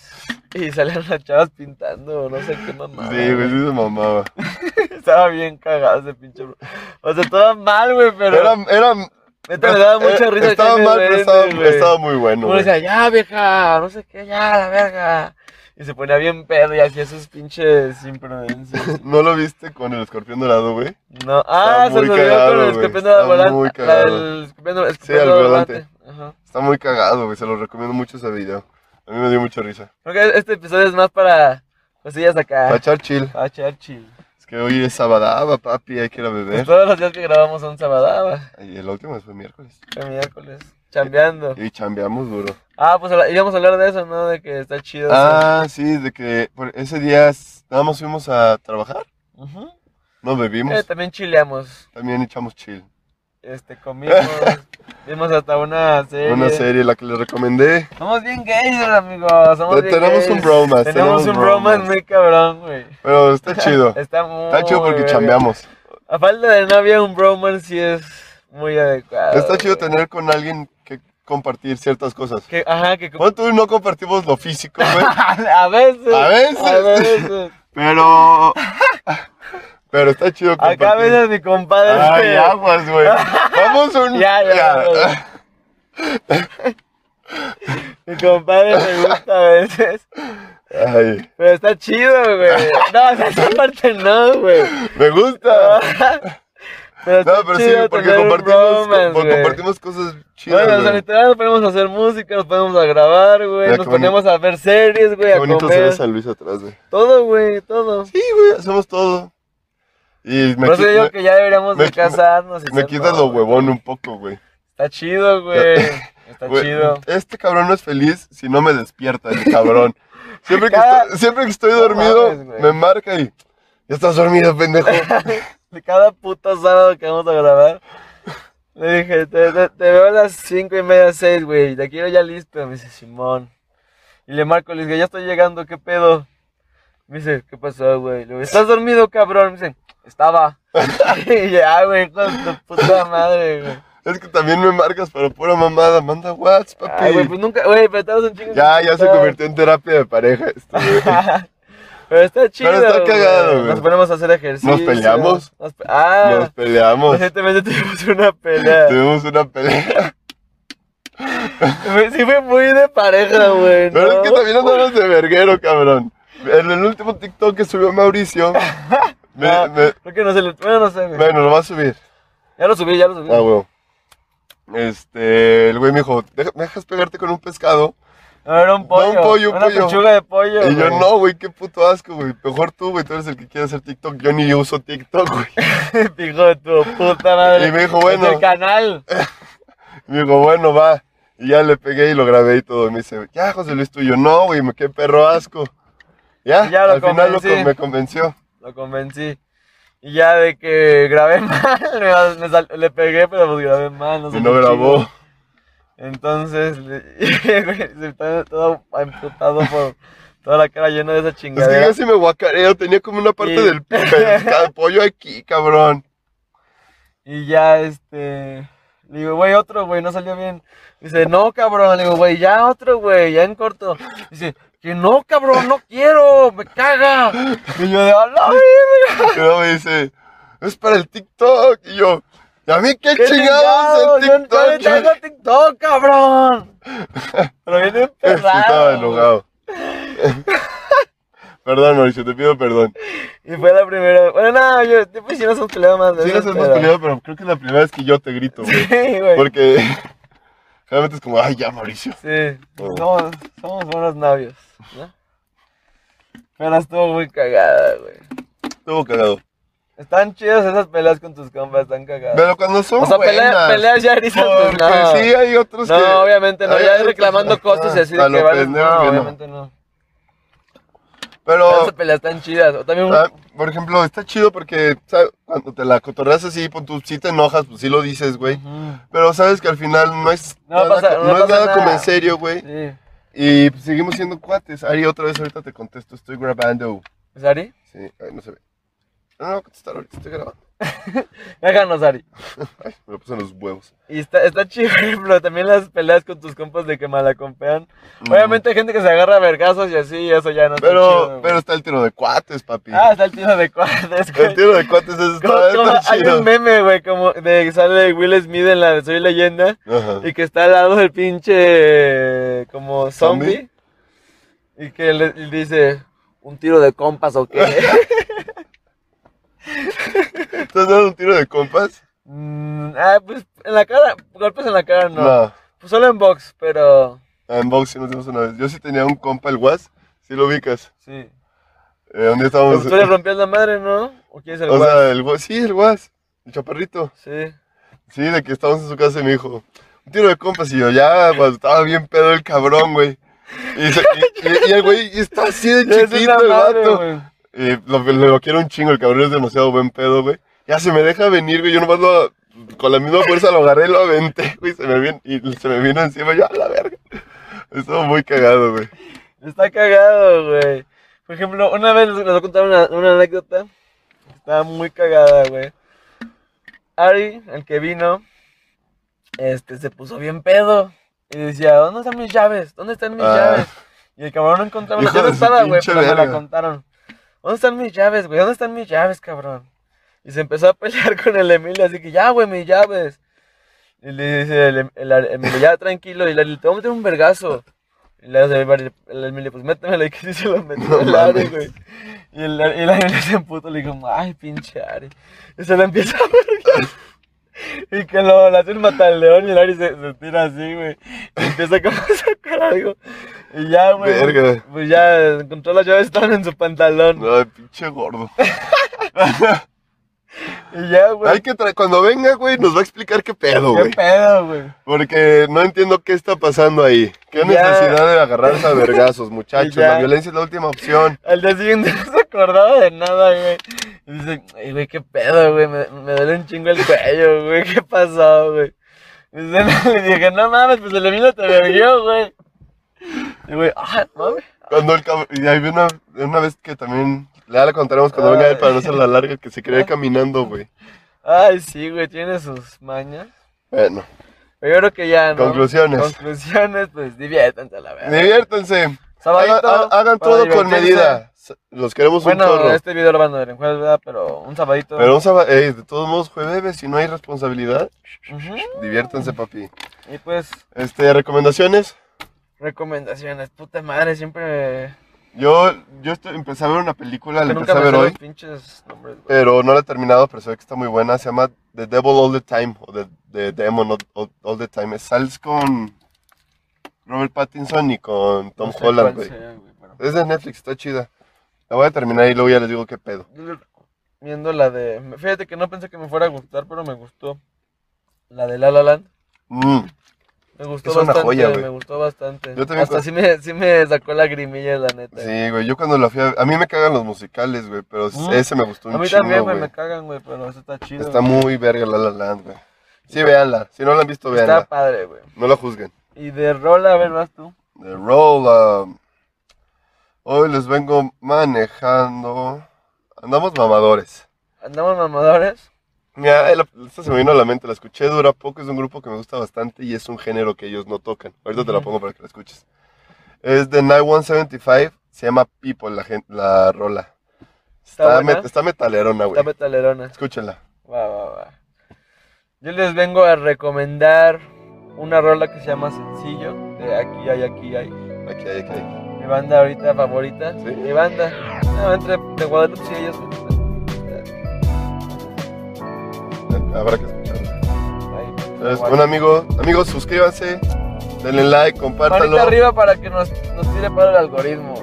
[SPEAKER 2] Y salían las chavas pintando, no sé qué mamada.
[SPEAKER 1] Sí, güey, sí se mamaba.
[SPEAKER 2] [LAUGHS] Estaba bien cagado ese pinche bro. O sea, estaba mal, güey, pero.
[SPEAKER 1] Era, era,
[SPEAKER 2] neta, me daba mucha
[SPEAKER 1] eh,
[SPEAKER 2] risa.
[SPEAKER 1] Estaba
[SPEAKER 2] que me
[SPEAKER 1] mal, pero
[SPEAKER 2] vende,
[SPEAKER 1] estaba,
[SPEAKER 2] güey.
[SPEAKER 1] estaba muy bueno.
[SPEAKER 2] Uno
[SPEAKER 1] güey.
[SPEAKER 2] decía, ya, vieja, no sé qué, ya, la verga. Y se ponía bien pedo y hacía sus pinches imprudencias.
[SPEAKER 1] [LAUGHS] ¿No lo viste con el escorpión dorado, güey?
[SPEAKER 2] No, ah, se
[SPEAKER 1] muy
[SPEAKER 2] lo dio con
[SPEAKER 1] cagado,
[SPEAKER 2] el
[SPEAKER 1] güey,
[SPEAKER 2] escorpión
[SPEAKER 1] está
[SPEAKER 2] de volante.
[SPEAKER 1] muy
[SPEAKER 2] La
[SPEAKER 1] cagado.
[SPEAKER 2] del escorpión de escorpión
[SPEAKER 1] al
[SPEAKER 2] de
[SPEAKER 1] volante.
[SPEAKER 2] Ajá.
[SPEAKER 1] Está muy cagado, güey. Se lo recomiendo mucho ese video. A mí me dio mucha risa.
[SPEAKER 2] Creo que este episodio es más para cosillas
[SPEAKER 1] Para
[SPEAKER 2] acá.
[SPEAKER 1] echar chill.
[SPEAKER 2] Para echar chill.
[SPEAKER 1] Es que hoy es sabadaba, papi. Hay que ir a
[SPEAKER 2] Pues
[SPEAKER 1] beber.
[SPEAKER 2] todos los días que grabamos son sabadaba,
[SPEAKER 1] Y el último fue miércoles.
[SPEAKER 2] el miércoles, chambeando.
[SPEAKER 1] Y chambeamos duro.
[SPEAKER 2] Ah, pues habla- íbamos a hablar de eso, ¿no? De que está chido.
[SPEAKER 1] Ah, sí, de que por ese día s- nada más fuimos a trabajar.
[SPEAKER 2] eso. Ujú.
[SPEAKER 1] No
[SPEAKER 2] Eh,
[SPEAKER 1] bebimos.
[SPEAKER 2] también chileamos,
[SPEAKER 1] También echamos chill.
[SPEAKER 2] este, comimos,
[SPEAKER 1] [LAUGHS]
[SPEAKER 2] vimos hasta una serie.
[SPEAKER 1] Una serie, la que les recomendé.
[SPEAKER 2] Somos bien gays, amigos. Somos bien
[SPEAKER 1] Tenemos
[SPEAKER 2] gays.
[SPEAKER 1] un bromance,
[SPEAKER 2] Tenemos
[SPEAKER 1] tenemos
[SPEAKER 2] un
[SPEAKER 1] bromance.
[SPEAKER 2] bromance muy cabrón, güey. [LAUGHS]
[SPEAKER 1] Pero está chido.
[SPEAKER 2] Está muy.
[SPEAKER 1] Está chido porque
[SPEAKER 2] verga.
[SPEAKER 1] chambeamos.
[SPEAKER 2] A falta de novia, un bromance sí es muy adecuado.
[SPEAKER 1] Está chido
[SPEAKER 2] güey.
[SPEAKER 1] tener con alguien que compartir ciertas cosas.
[SPEAKER 2] Que, ajá, que.
[SPEAKER 1] Bueno, tú y no compartimos lo físico,
[SPEAKER 2] [LAUGHS]
[SPEAKER 1] güey.
[SPEAKER 2] a veces.
[SPEAKER 1] [LAUGHS] A veces.
[SPEAKER 2] A
[SPEAKER 1] [LAUGHS]
[SPEAKER 2] veces.
[SPEAKER 1] Pero. Pero está chido compartir.
[SPEAKER 2] Acá a veces mi compadre.
[SPEAKER 1] Ay, aguas, güey.
[SPEAKER 2] [LAUGHS]
[SPEAKER 1] Vamos un.
[SPEAKER 2] Ya, ya,
[SPEAKER 1] [LAUGHS]
[SPEAKER 2] Mi compadre me gusta a veces.
[SPEAKER 1] Ay,
[SPEAKER 2] Pero está chido, güey. No, o sea, esa parte no,
[SPEAKER 1] [LAUGHS]
[SPEAKER 2] güey.
[SPEAKER 1] me gusta.
[SPEAKER 2] Pero
[SPEAKER 1] No,
[SPEAKER 2] Ah, está
[SPEAKER 1] pero sí,
[SPEAKER 2] chido
[SPEAKER 1] porque
[SPEAKER 2] tener un
[SPEAKER 1] compartimos,
[SPEAKER 2] bromance,
[SPEAKER 1] co-
[SPEAKER 2] güey.
[SPEAKER 1] compartimos cosas chidas.
[SPEAKER 2] Bueno, o sea,
[SPEAKER 1] güey.
[SPEAKER 2] literal, nos ponemos a hacer música, nos ponemos a grabar, güey.
[SPEAKER 1] Mira,
[SPEAKER 2] Nos
[SPEAKER 1] qué bonito.
[SPEAKER 2] ponemos a ver series, güey,
[SPEAKER 1] Qué
[SPEAKER 2] a
[SPEAKER 1] bonito se ve
[SPEAKER 2] comer.
[SPEAKER 1] San Luis atrás, güey.
[SPEAKER 2] Todo, güey, todo.
[SPEAKER 1] Sí, güey, hacemos todo. Y me,
[SPEAKER 2] Por eso
[SPEAKER 1] qui-
[SPEAKER 2] digo
[SPEAKER 1] me-
[SPEAKER 2] que ya deberíamos
[SPEAKER 1] me-
[SPEAKER 2] de casarnos. y
[SPEAKER 1] me
[SPEAKER 2] ser
[SPEAKER 1] quitas lo
[SPEAKER 2] novios.
[SPEAKER 1] huevón un poco, güey.
[SPEAKER 2] Está chido, güey. Está
[SPEAKER 1] Güey,
[SPEAKER 2] chido.
[SPEAKER 1] Este cabrón no es feliz si no me despierta, el
[SPEAKER 2] [LAUGHS]
[SPEAKER 1] cabrón. Siempre que,
[SPEAKER 2] Cada-
[SPEAKER 1] estoy, siempre que estoy
[SPEAKER 2] No
[SPEAKER 1] dormido,
[SPEAKER 2] mames, güey.
[SPEAKER 1] me marca y. Ya estás dormido,
[SPEAKER 2] [LAUGHS]
[SPEAKER 1] pendejo.
[SPEAKER 2] De cada puto sábado que vamos a grabar, le dije, te, te- te veo a las cinco y media, seis, güey. Te quiero ya listo. Me dice, Simón. Y le marco, le digo, ya estoy llegando, ¿qué pedo? Me dice, ¿qué pasó, güey? Le digo, ¿estás dormido, cabrón? Me dice, estaba. [LAUGHS] y ya, güey, hijo de tu puta madre, güey.
[SPEAKER 1] es que también me marcas para pura mamada. Manda whats, papi.
[SPEAKER 2] Ay, güey, pues nunca, güey, pero estamos un chingo.
[SPEAKER 1] ya,
[SPEAKER 2] sin
[SPEAKER 1] ya se
[SPEAKER 2] contar.
[SPEAKER 1] convirtió en terapia de pareja. esto,
[SPEAKER 2] [LAUGHS]
[SPEAKER 1] güey.
[SPEAKER 2] pero está chido.
[SPEAKER 1] está
[SPEAKER 2] güey.
[SPEAKER 1] cagado, güey.
[SPEAKER 2] Nos ponemos a hacer ejercicio.
[SPEAKER 1] peleamos.
[SPEAKER 2] Nos pe- ah,
[SPEAKER 1] Nos peleamos.
[SPEAKER 2] recientemente tuvimos una pelea.
[SPEAKER 1] [LAUGHS] Tuvimos
[SPEAKER 2] [LAUGHS]
[SPEAKER 1] una pelea.
[SPEAKER 2] Güey, Sí fue muy de pareja, güey.
[SPEAKER 1] Pero
[SPEAKER 2] ¿no?
[SPEAKER 1] es que también andamos de verguero, cabrón. En el último TikTok que
[SPEAKER 2] [LAUGHS]
[SPEAKER 1] subió Mauricio. me-
[SPEAKER 2] Ah,
[SPEAKER 1] me-
[SPEAKER 2] Creo que no se le... Bueno, no sé, güey.
[SPEAKER 1] bueno, lo va a subir.
[SPEAKER 2] Ya lo subí, ya lo subí.
[SPEAKER 1] Ah, güey. Este, el güey me dijo, "Deja- ¿me dejas pegarte con un pescado?
[SPEAKER 2] No, era un pollo.
[SPEAKER 1] No, un pollo, un
[SPEAKER 2] una
[SPEAKER 1] pollo.
[SPEAKER 2] pechuga de pollo,
[SPEAKER 1] Y yo,
[SPEAKER 2] güey.
[SPEAKER 1] no, güey, qué puto asco, güey. Mejor tú, güey, tú eres el que quiere hacer TikTok. Yo ni uso TikTok, güey.
[SPEAKER 2] [LAUGHS]
[SPEAKER 1] [LAUGHS]
[SPEAKER 2] Hijo de tu puta madre.
[SPEAKER 1] Y me dijo, bueno.
[SPEAKER 2] Es el canal.
[SPEAKER 1] Y me dijo, bueno, va. Y ya le pegué y lo grabé y todo. Y me dice, ya, José Luis, tú. Y yo, no, güey, me qué perro asco. Ya,
[SPEAKER 2] Y ya lo
[SPEAKER 1] al final lo
[SPEAKER 2] convencí.
[SPEAKER 1] con- me convenció.
[SPEAKER 2] Lo convencí. Y ya de que grabé [LAUGHS] mal, me- me sal- le pegué, pero pues grabé mal. No sé
[SPEAKER 1] y no
[SPEAKER 2] qué
[SPEAKER 1] grabó.
[SPEAKER 2] chingo. Entonces, [LAUGHS] le- güey, se está todo amputado por toda la cara llena de esa
[SPEAKER 1] Es que
[SPEAKER 2] chingadera.
[SPEAKER 1] casi me guacareo. Tenía como una parte
[SPEAKER 2] Y-
[SPEAKER 1] del pescado, pollo aquí, cabrón.
[SPEAKER 2] Y ya, este. Le digo, güey, otro, güey, no salió bien. Dice, no, cabrón. Le digo, güey, ya otro, güey, ya en corto. Dice, que no, cabrón, no quiero, me caga. Y yo de, "A la verga".
[SPEAKER 1] "Ah, Y luego me dice, es para el TikTok. Y yo, ¿y a mí [LAUGHS] qué,
[SPEAKER 2] ¡Qué
[SPEAKER 1] chingados
[SPEAKER 2] chingados! Yo
[SPEAKER 1] el
[SPEAKER 2] no le
[SPEAKER 1] TikTok? [LAUGHS]
[SPEAKER 2] tengo TikTok, cabrón. Pero viene
[SPEAKER 1] Sí, Estaba
[SPEAKER 2] emperrado.
[SPEAKER 1] enojado. [LAUGHS] perdón, Mauricio, te pido perdón.
[SPEAKER 2] Y fue la primera. Bueno, no, yo, pues si nos hemos peleado más
[SPEAKER 1] Sí,
[SPEAKER 2] veces.
[SPEAKER 1] nos hemos
[SPEAKER 2] pero-
[SPEAKER 1] peleado, pero creo que es la primera vez que yo te grito, güey.
[SPEAKER 2] [LAUGHS] Sí, güey.
[SPEAKER 1] Porque [LAUGHS] realmente es como, ay, ya, Mauricio.
[SPEAKER 2] Sí,
[SPEAKER 1] Oh.
[SPEAKER 2] somos, somos buenos novios, ¿no? Pero estuvo muy cagada, güey.
[SPEAKER 1] Estuvo cagado.
[SPEAKER 2] Están chidas esas peleas con tus compas, están cagadas.
[SPEAKER 1] Pero cuando son
[SPEAKER 2] o sea, pelea-
[SPEAKER 1] buenas,
[SPEAKER 2] peleas ya erizas,
[SPEAKER 1] Porque
[SPEAKER 2] pues no.
[SPEAKER 1] sí, hay otros
[SPEAKER 2] no,
[SPEAKER 1] que...
[SPEAKER 2] obviamente no.
[SPEAKER 1] hay
[SPEAKER 2] Ya
[SPEAKER 1] otros- [LAUGHS]
[SPEAKER 2] reclamando costos y así
[SPEAKER 1] a
[SPEAKER 2] de
[SPEAKER 1] lo
[SPEAKER 2] que vales.
[SPEAKER 1] pendejo
[SPEAKER 2] No,
[SPEAKER 1] que no.
[SPEAKER 2] obviamente no. Pero
[SPEAKER 1] Pero,
[SPEAKER 2] esas peleas están chidas. O también un-
[SPEAKER 1] ah, por ejemplo, está chido porque ¿sabes? cuando te la cotorreas así, pon tú, si te enojas, pues sí lo dices, güey.
[SPEAKER 2] Ujú.
[SPEAKER 1] Pero sabes que al final no es
[SPEAKER 2] No
[SPEAKER 1] nada,
[SPEAKER 2] pasa-
[SPEAKER 1] co-
[SPEAKER 2] no
[SPEAKER 1] es
[SPEAKER 2] pasa
[SPEAKER 1] nada como
[SPEAKER 2] nada.
[SPEAKER 1] en serio, güey.
[SPEAKER 2] Sí.
[SPEAKER 1] Y pues, seguimos siendo cuates. Ari, otra vez ahorita te contesto, estoy grabando.
[SPEAKER 2] ¿Es Pues, Ari?
[SPEAKER 1] Sí, ay, no se ve. No, no, contestar ahorita, estoy grabando.
[SPEAKER 2] Déjanos, Ari.
[SPEAKER 1] Ay, me lo puse en los huevos.
[SPEAKER 2] Y está, está chido, [LAUGHS] por ejemplo, también las peleas con tus compas de que malacompean. Obviamente hay gente que se agarra a vergazos y así, y eso ya no está
[SPEAKER 1] Mm. Pero,
[SPEAKER 2] chido, güey.
[SPEAKER 1] pero está el tiro de cuates, papi.
[SPEAKER 2] Ah, está el tiro de cuates, güey.
[SPEAKER 1] el tiro de cuates es
[SPEAKER 2] Como-
[SPEAKER 1] está,
[SPEAKER 2] como-
[SPEAKER 1] está
[SPEAKER 2] hay
[SPEAKER 1] chido.
[SPEAKER 2] un meme, güey, como de que sale Will Smith en la de Soy Leyenda
[SPEAKER 1] Ajá.
[SPEAKER 2] y que está al lado del pinche como zombie
[SPEAKER 1] ¿Zombie?
[SPEAKER 2] y que le, le dice un tiro de compas o
[SPEAKER 1] [LAUGHS]
[SPEAKER 2] qué.
[SPEAKER 1] ¿Te has dado un tiro de compas?
[SPEAKER 2] Mm, ah, pues en la cara, golpes en la cara no.
[SPEAKER 1] No.
[SPEAKER 2] Pues solo en box, pero
[SPEAKER 1] En boxing nos dimos una vez. Yo sí tenía un compa, el Guas. Si lo ubicas.
[SPEAKER 2] sí.
[SPEAKER 1] Eh, un
[SPEAKER 2] Pero
[SPEAKER 1] día estábamos.
[SPEAKER 2] tú le rompías la madre, ¿no? ¿O quién es el
[SPEAKER 1] o
[SPEAKER 2] guas?
[SPEAKER 1] sea, el Guas. Sí, el Guas. El chaparrito.
[SPEAKER 2] Sí.
[SPEAKER 1] Sí, de que estábamos en su casa y me dijo, un tiro de compas. Y yo, ya, cuando estaba bien pedo el cabrón, güey. Y, se-
[SPEAKER 2] [LAUGHS]
[SPEAKER 1] y- y- y el güey está así de
[SPEAKER 2] Es una
[SPEAKER 1] chiquito el
[SPEAKER 2] madre,
[SPEAKER 1] vato.
[SPEAKER 2] güey.
[SPEAKER 1] Y lo, lo quiero un chingo, el cabrón es demasiado buen pedo, güey. Ya se me deja venir, güey. Yo nomás lo, con la misma fuerza lo agarré y lo aventé, [LAUGHS] güey. Se me vino, y se me vino encima, yo a la verga. Estuvo muy cagado, güey.
[SPEAKER 2] Está cagado, güey. Por ejemplo, una vez nos nos contaron una, una anécdota. que Estaba muy cagada, güey. Ari, el que vino, este, se puso bien pedo. Y decía, ¿dónde están mis llaves? ¿Dónde están mis
[SPEAKER 1] Ah.
[SPEAKER 2] llaves? Y el cabrón no encontraba las
[SPEAKER 1] Hijo de
[SPEAKER 2] llaves.
[SPEAKER 1] su
[SPEAKER 2] Estaba, güey,
[SPEAKER 1] pinche
[SPEAKER 2] pero me la
[SPEAKER 1] verga.
[SPEAKER 2] contaron. ¿Dónde están mis llaves, güey? ¿Dónde están mis llaves, cabrón? Y se empezó a pelear [LAUGHS] con el Emilio, así que ya, güey, mis llaves. Y le dice el, Em- el Ar- Emilio, ya tranquilo, y le dice, te voy a meter un vergazo. Y le hace el, el Emilio, pues métemelo, y que sí se lo metió
[SPEAKER 1] No
[SPEAKER 2] el Ari,
[SPEAKER 1] mames.
[SPEAKER 2] güey. Y el, Ar- y el Emilio se emputó, le dijo, ay, pinche Ari. Y se lo empieza a vergar. Y que lo, le hace un mataleón y el Ari se, se tira así, güey. Y empieza como a sacar algo. Y ya, güey.
[SPEAKER 1] Verga.
[SPEAKER 2] Pues ya encontró las llaves, estaban en su pantalón.
[SPEAKER 1] No, pinche gordo.
[SPEAKER 2] Y ya, güey.
[SPEAKER 1] Hay que tra- cuando venga, güey, nos va a explicar qué pedo,
[SPEAKER 2] ¿Qué
[SPEAKER 1] güey.
[SPEAKER 2] pedo, güey?
[SPEAKER 1] Porque no entiendo qué está pasando ahí. Qué
[SPEAKER 2] Ya.
[SPEAKER 1] necesidad de
[SPEAKER 2] [LAUGHS]
[SPEAKER 1] agarrarse a vergazos, muchachos.
[SPEAKER 2] Ya.
[SPEAKER 1] La violencia es la última opción.
[SPEAKER 2] Al día siguiente [LAUGHS] no se acordaba de nada, güey. Y dice, ay, güey, qué pedo, güey. Me, me duele un chingo el cuello, güey. ¿Qué pasó, güey? Y dice, [LAUGHS] no, le dije, no mames, pues el Emilio te bebió, güey. Y güey, ah, mames.
[SPEAKER 1] Cuando el cabrón. Y ahí vi una, una vez que también. Ya la contaremos cuando venga él para no ser la larga, que se quería ir caminando, güey.
[SPEAKER 2] Ay, sí, güey, tiene sus mañas.
[SPEAKER 1] Bueno,
[SPEAKER 2] Pero yo creo que ya, ¿no?
[SPEAKER 1] Conclusiones.
[SPEAKER 2] Conclusiones, pues diviértanse a la verdad.
[SPEAKER 1] diviértanse.
[SPEAKER 2] Sabadito,
[SPEAKER 1] Haga- ha- hagan
[SPEAKER 2] para
[SPEAKER 1] todo con
[SPEAKER 2] divertirse.
[SPEAKER 1] medida. S- Los queremos un
[SPEAKER 2] Bueno,
[SPEAKER 1] chorro.
[SPEAKER 2] este video lo van a ver en jueves, ¿verdad? Pero un sabadito.
[SPEAKER 1] Pero un sábado, ey, de todos modos, jueves, si no hay responsabilidad,
[SPEAKER 2] Ujú.
[SPEAKER 1] diviértanse, papi.
[SPEAKER 2] Y pues,
[SPEAKER 1] Este, recomendaciones.
[SPEAKER 2] recomendaciones. Puta madre, siempre...
[SPEAKER 1] Yo, yo estoy, empecé a ver una película, la
[SPEAKER 2] que nunca
[SPEAKER 1] empecé a
[SPEAKER 2] me sé
[SPEAKER 1] ver hoy,
[SPEAKER 2] los pinches nombres, güey.
[SPEAKER 1] pero no la he terminado, pero se ve que está muy buena. Se llama The Devil All the Time, o The, The Demon All- All, All the Time. Es- Sales con Robert Pattinson y con Tom
[SPEAKER 2] No sé
[SPEAKER 1] Holland,
[SPEAKER 2] Este, cuál
[SPEAKER 1] güey.
[SPEAKER 2] sea, güey, pero-
[SPEAKER 1] Es de Netflix, está chida. La voy a terminar y luego ya les digo qué pedo.
[SPEAKER 2] Yo Viendo la de... Fíjate que no pensé que me fuera a gustar, pero me gustó. La de La La Land.
[SPEAKER 1] Mm.
[SPEAKER 2] Me gustó
[SPEAKER 1] Es una
[SPEAKER 2] bastante,
[SPEAKER 1] joya, güey.
[SPEAKER 2] me gustó bastante.
[SPEAKER 1] Yo también
[SPEAKER 2] Hasta
[SPEAKER 1] cu-
[SPEAKER 2] sí me, sí me sacó la grimilla, la neta.
[SPEAKER 1] Sí, güey, yo cuando la fui a... A mí me cagan los musicales, güey, pero
[SPEAKER 2] Mm.
[SPEAKER 1] ese me gustó un
[SPEAKER 2] A mí
[SPEAKER 1] chingo,
[SPEAKER 2] también, güey,
[SPEAKER 1] güey.
[SPEAKER 2] me cagan, güey, pero eso está chido.
[SPEAKER 1] Está
[SPEAKER 2] güey.
[SPEAKER 1] muy verga La La Land, güey. Sí, véanla. Si no la han visto,
[SPEAKER 2] Está
[SPEAKER 1] véanla.
[SPEAKER 2] padre, güey.
[SPEAKER 1] No la juzguen.
[SPEAKER 2] Y de rola, a ver, vas tú.
[SPEAKER 1] The Roll, um, Hoy les vengo manejando... Andamos mamadores.
[SPEAKER 2] Andamos mamadores.
[SPEAKER 1] Mira, eh, la- esta se me vino a la mente, la escuché dura poco, es un grupo que me gusta bastante y es un género que ellos no tocan. Ahorita te la
[SPEAKER 2] Ujú.
[SPEAKER 1] pongo para que la escuches. Es de Night 175, se llama People la, gen- la rola.
[SPEAKER 2] Está
[SPEAKER 1] Está,
[SPEAKER 2] buena.
[SPEAKER 1] met- está metalerona, güey.
[SPEAKER 2] Está metalerona.
[SPEAKER 1] Escúchala.
[SPEAKER 2] Va, va, va. Yo les vengo a recomendar una rola que se llama Sencillo. De aquí hay, aquí hay.
[SPEAKER 1] Aquí hay, aquí hay.
[SPEAKER 2] Mi banda ahorita favorita.
[SPEAKER 1] ¿Sí?
[SPEAKER 2] Mi banda. No, entre de Guadalupe y ellos.
[SPEAKER 1] Ah, Habrá que escucharla.
[SPEAKER 2] Ahí,
[SPEAKER 1] Entonces,
[SPEAKER 2] Guadalupe.
[SPEAKER 1] un amigo, amigos, suscríbanse, denle like, compártanlo.
[SPEAKER 2] Manita arriba para que nos, nos tire para el algoritmo.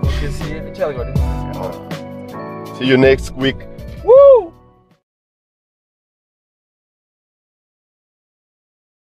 [SPEAKER 2] Porque sí, el pinche algoritmo. me caga.
[SPEAKER 1] See you next week.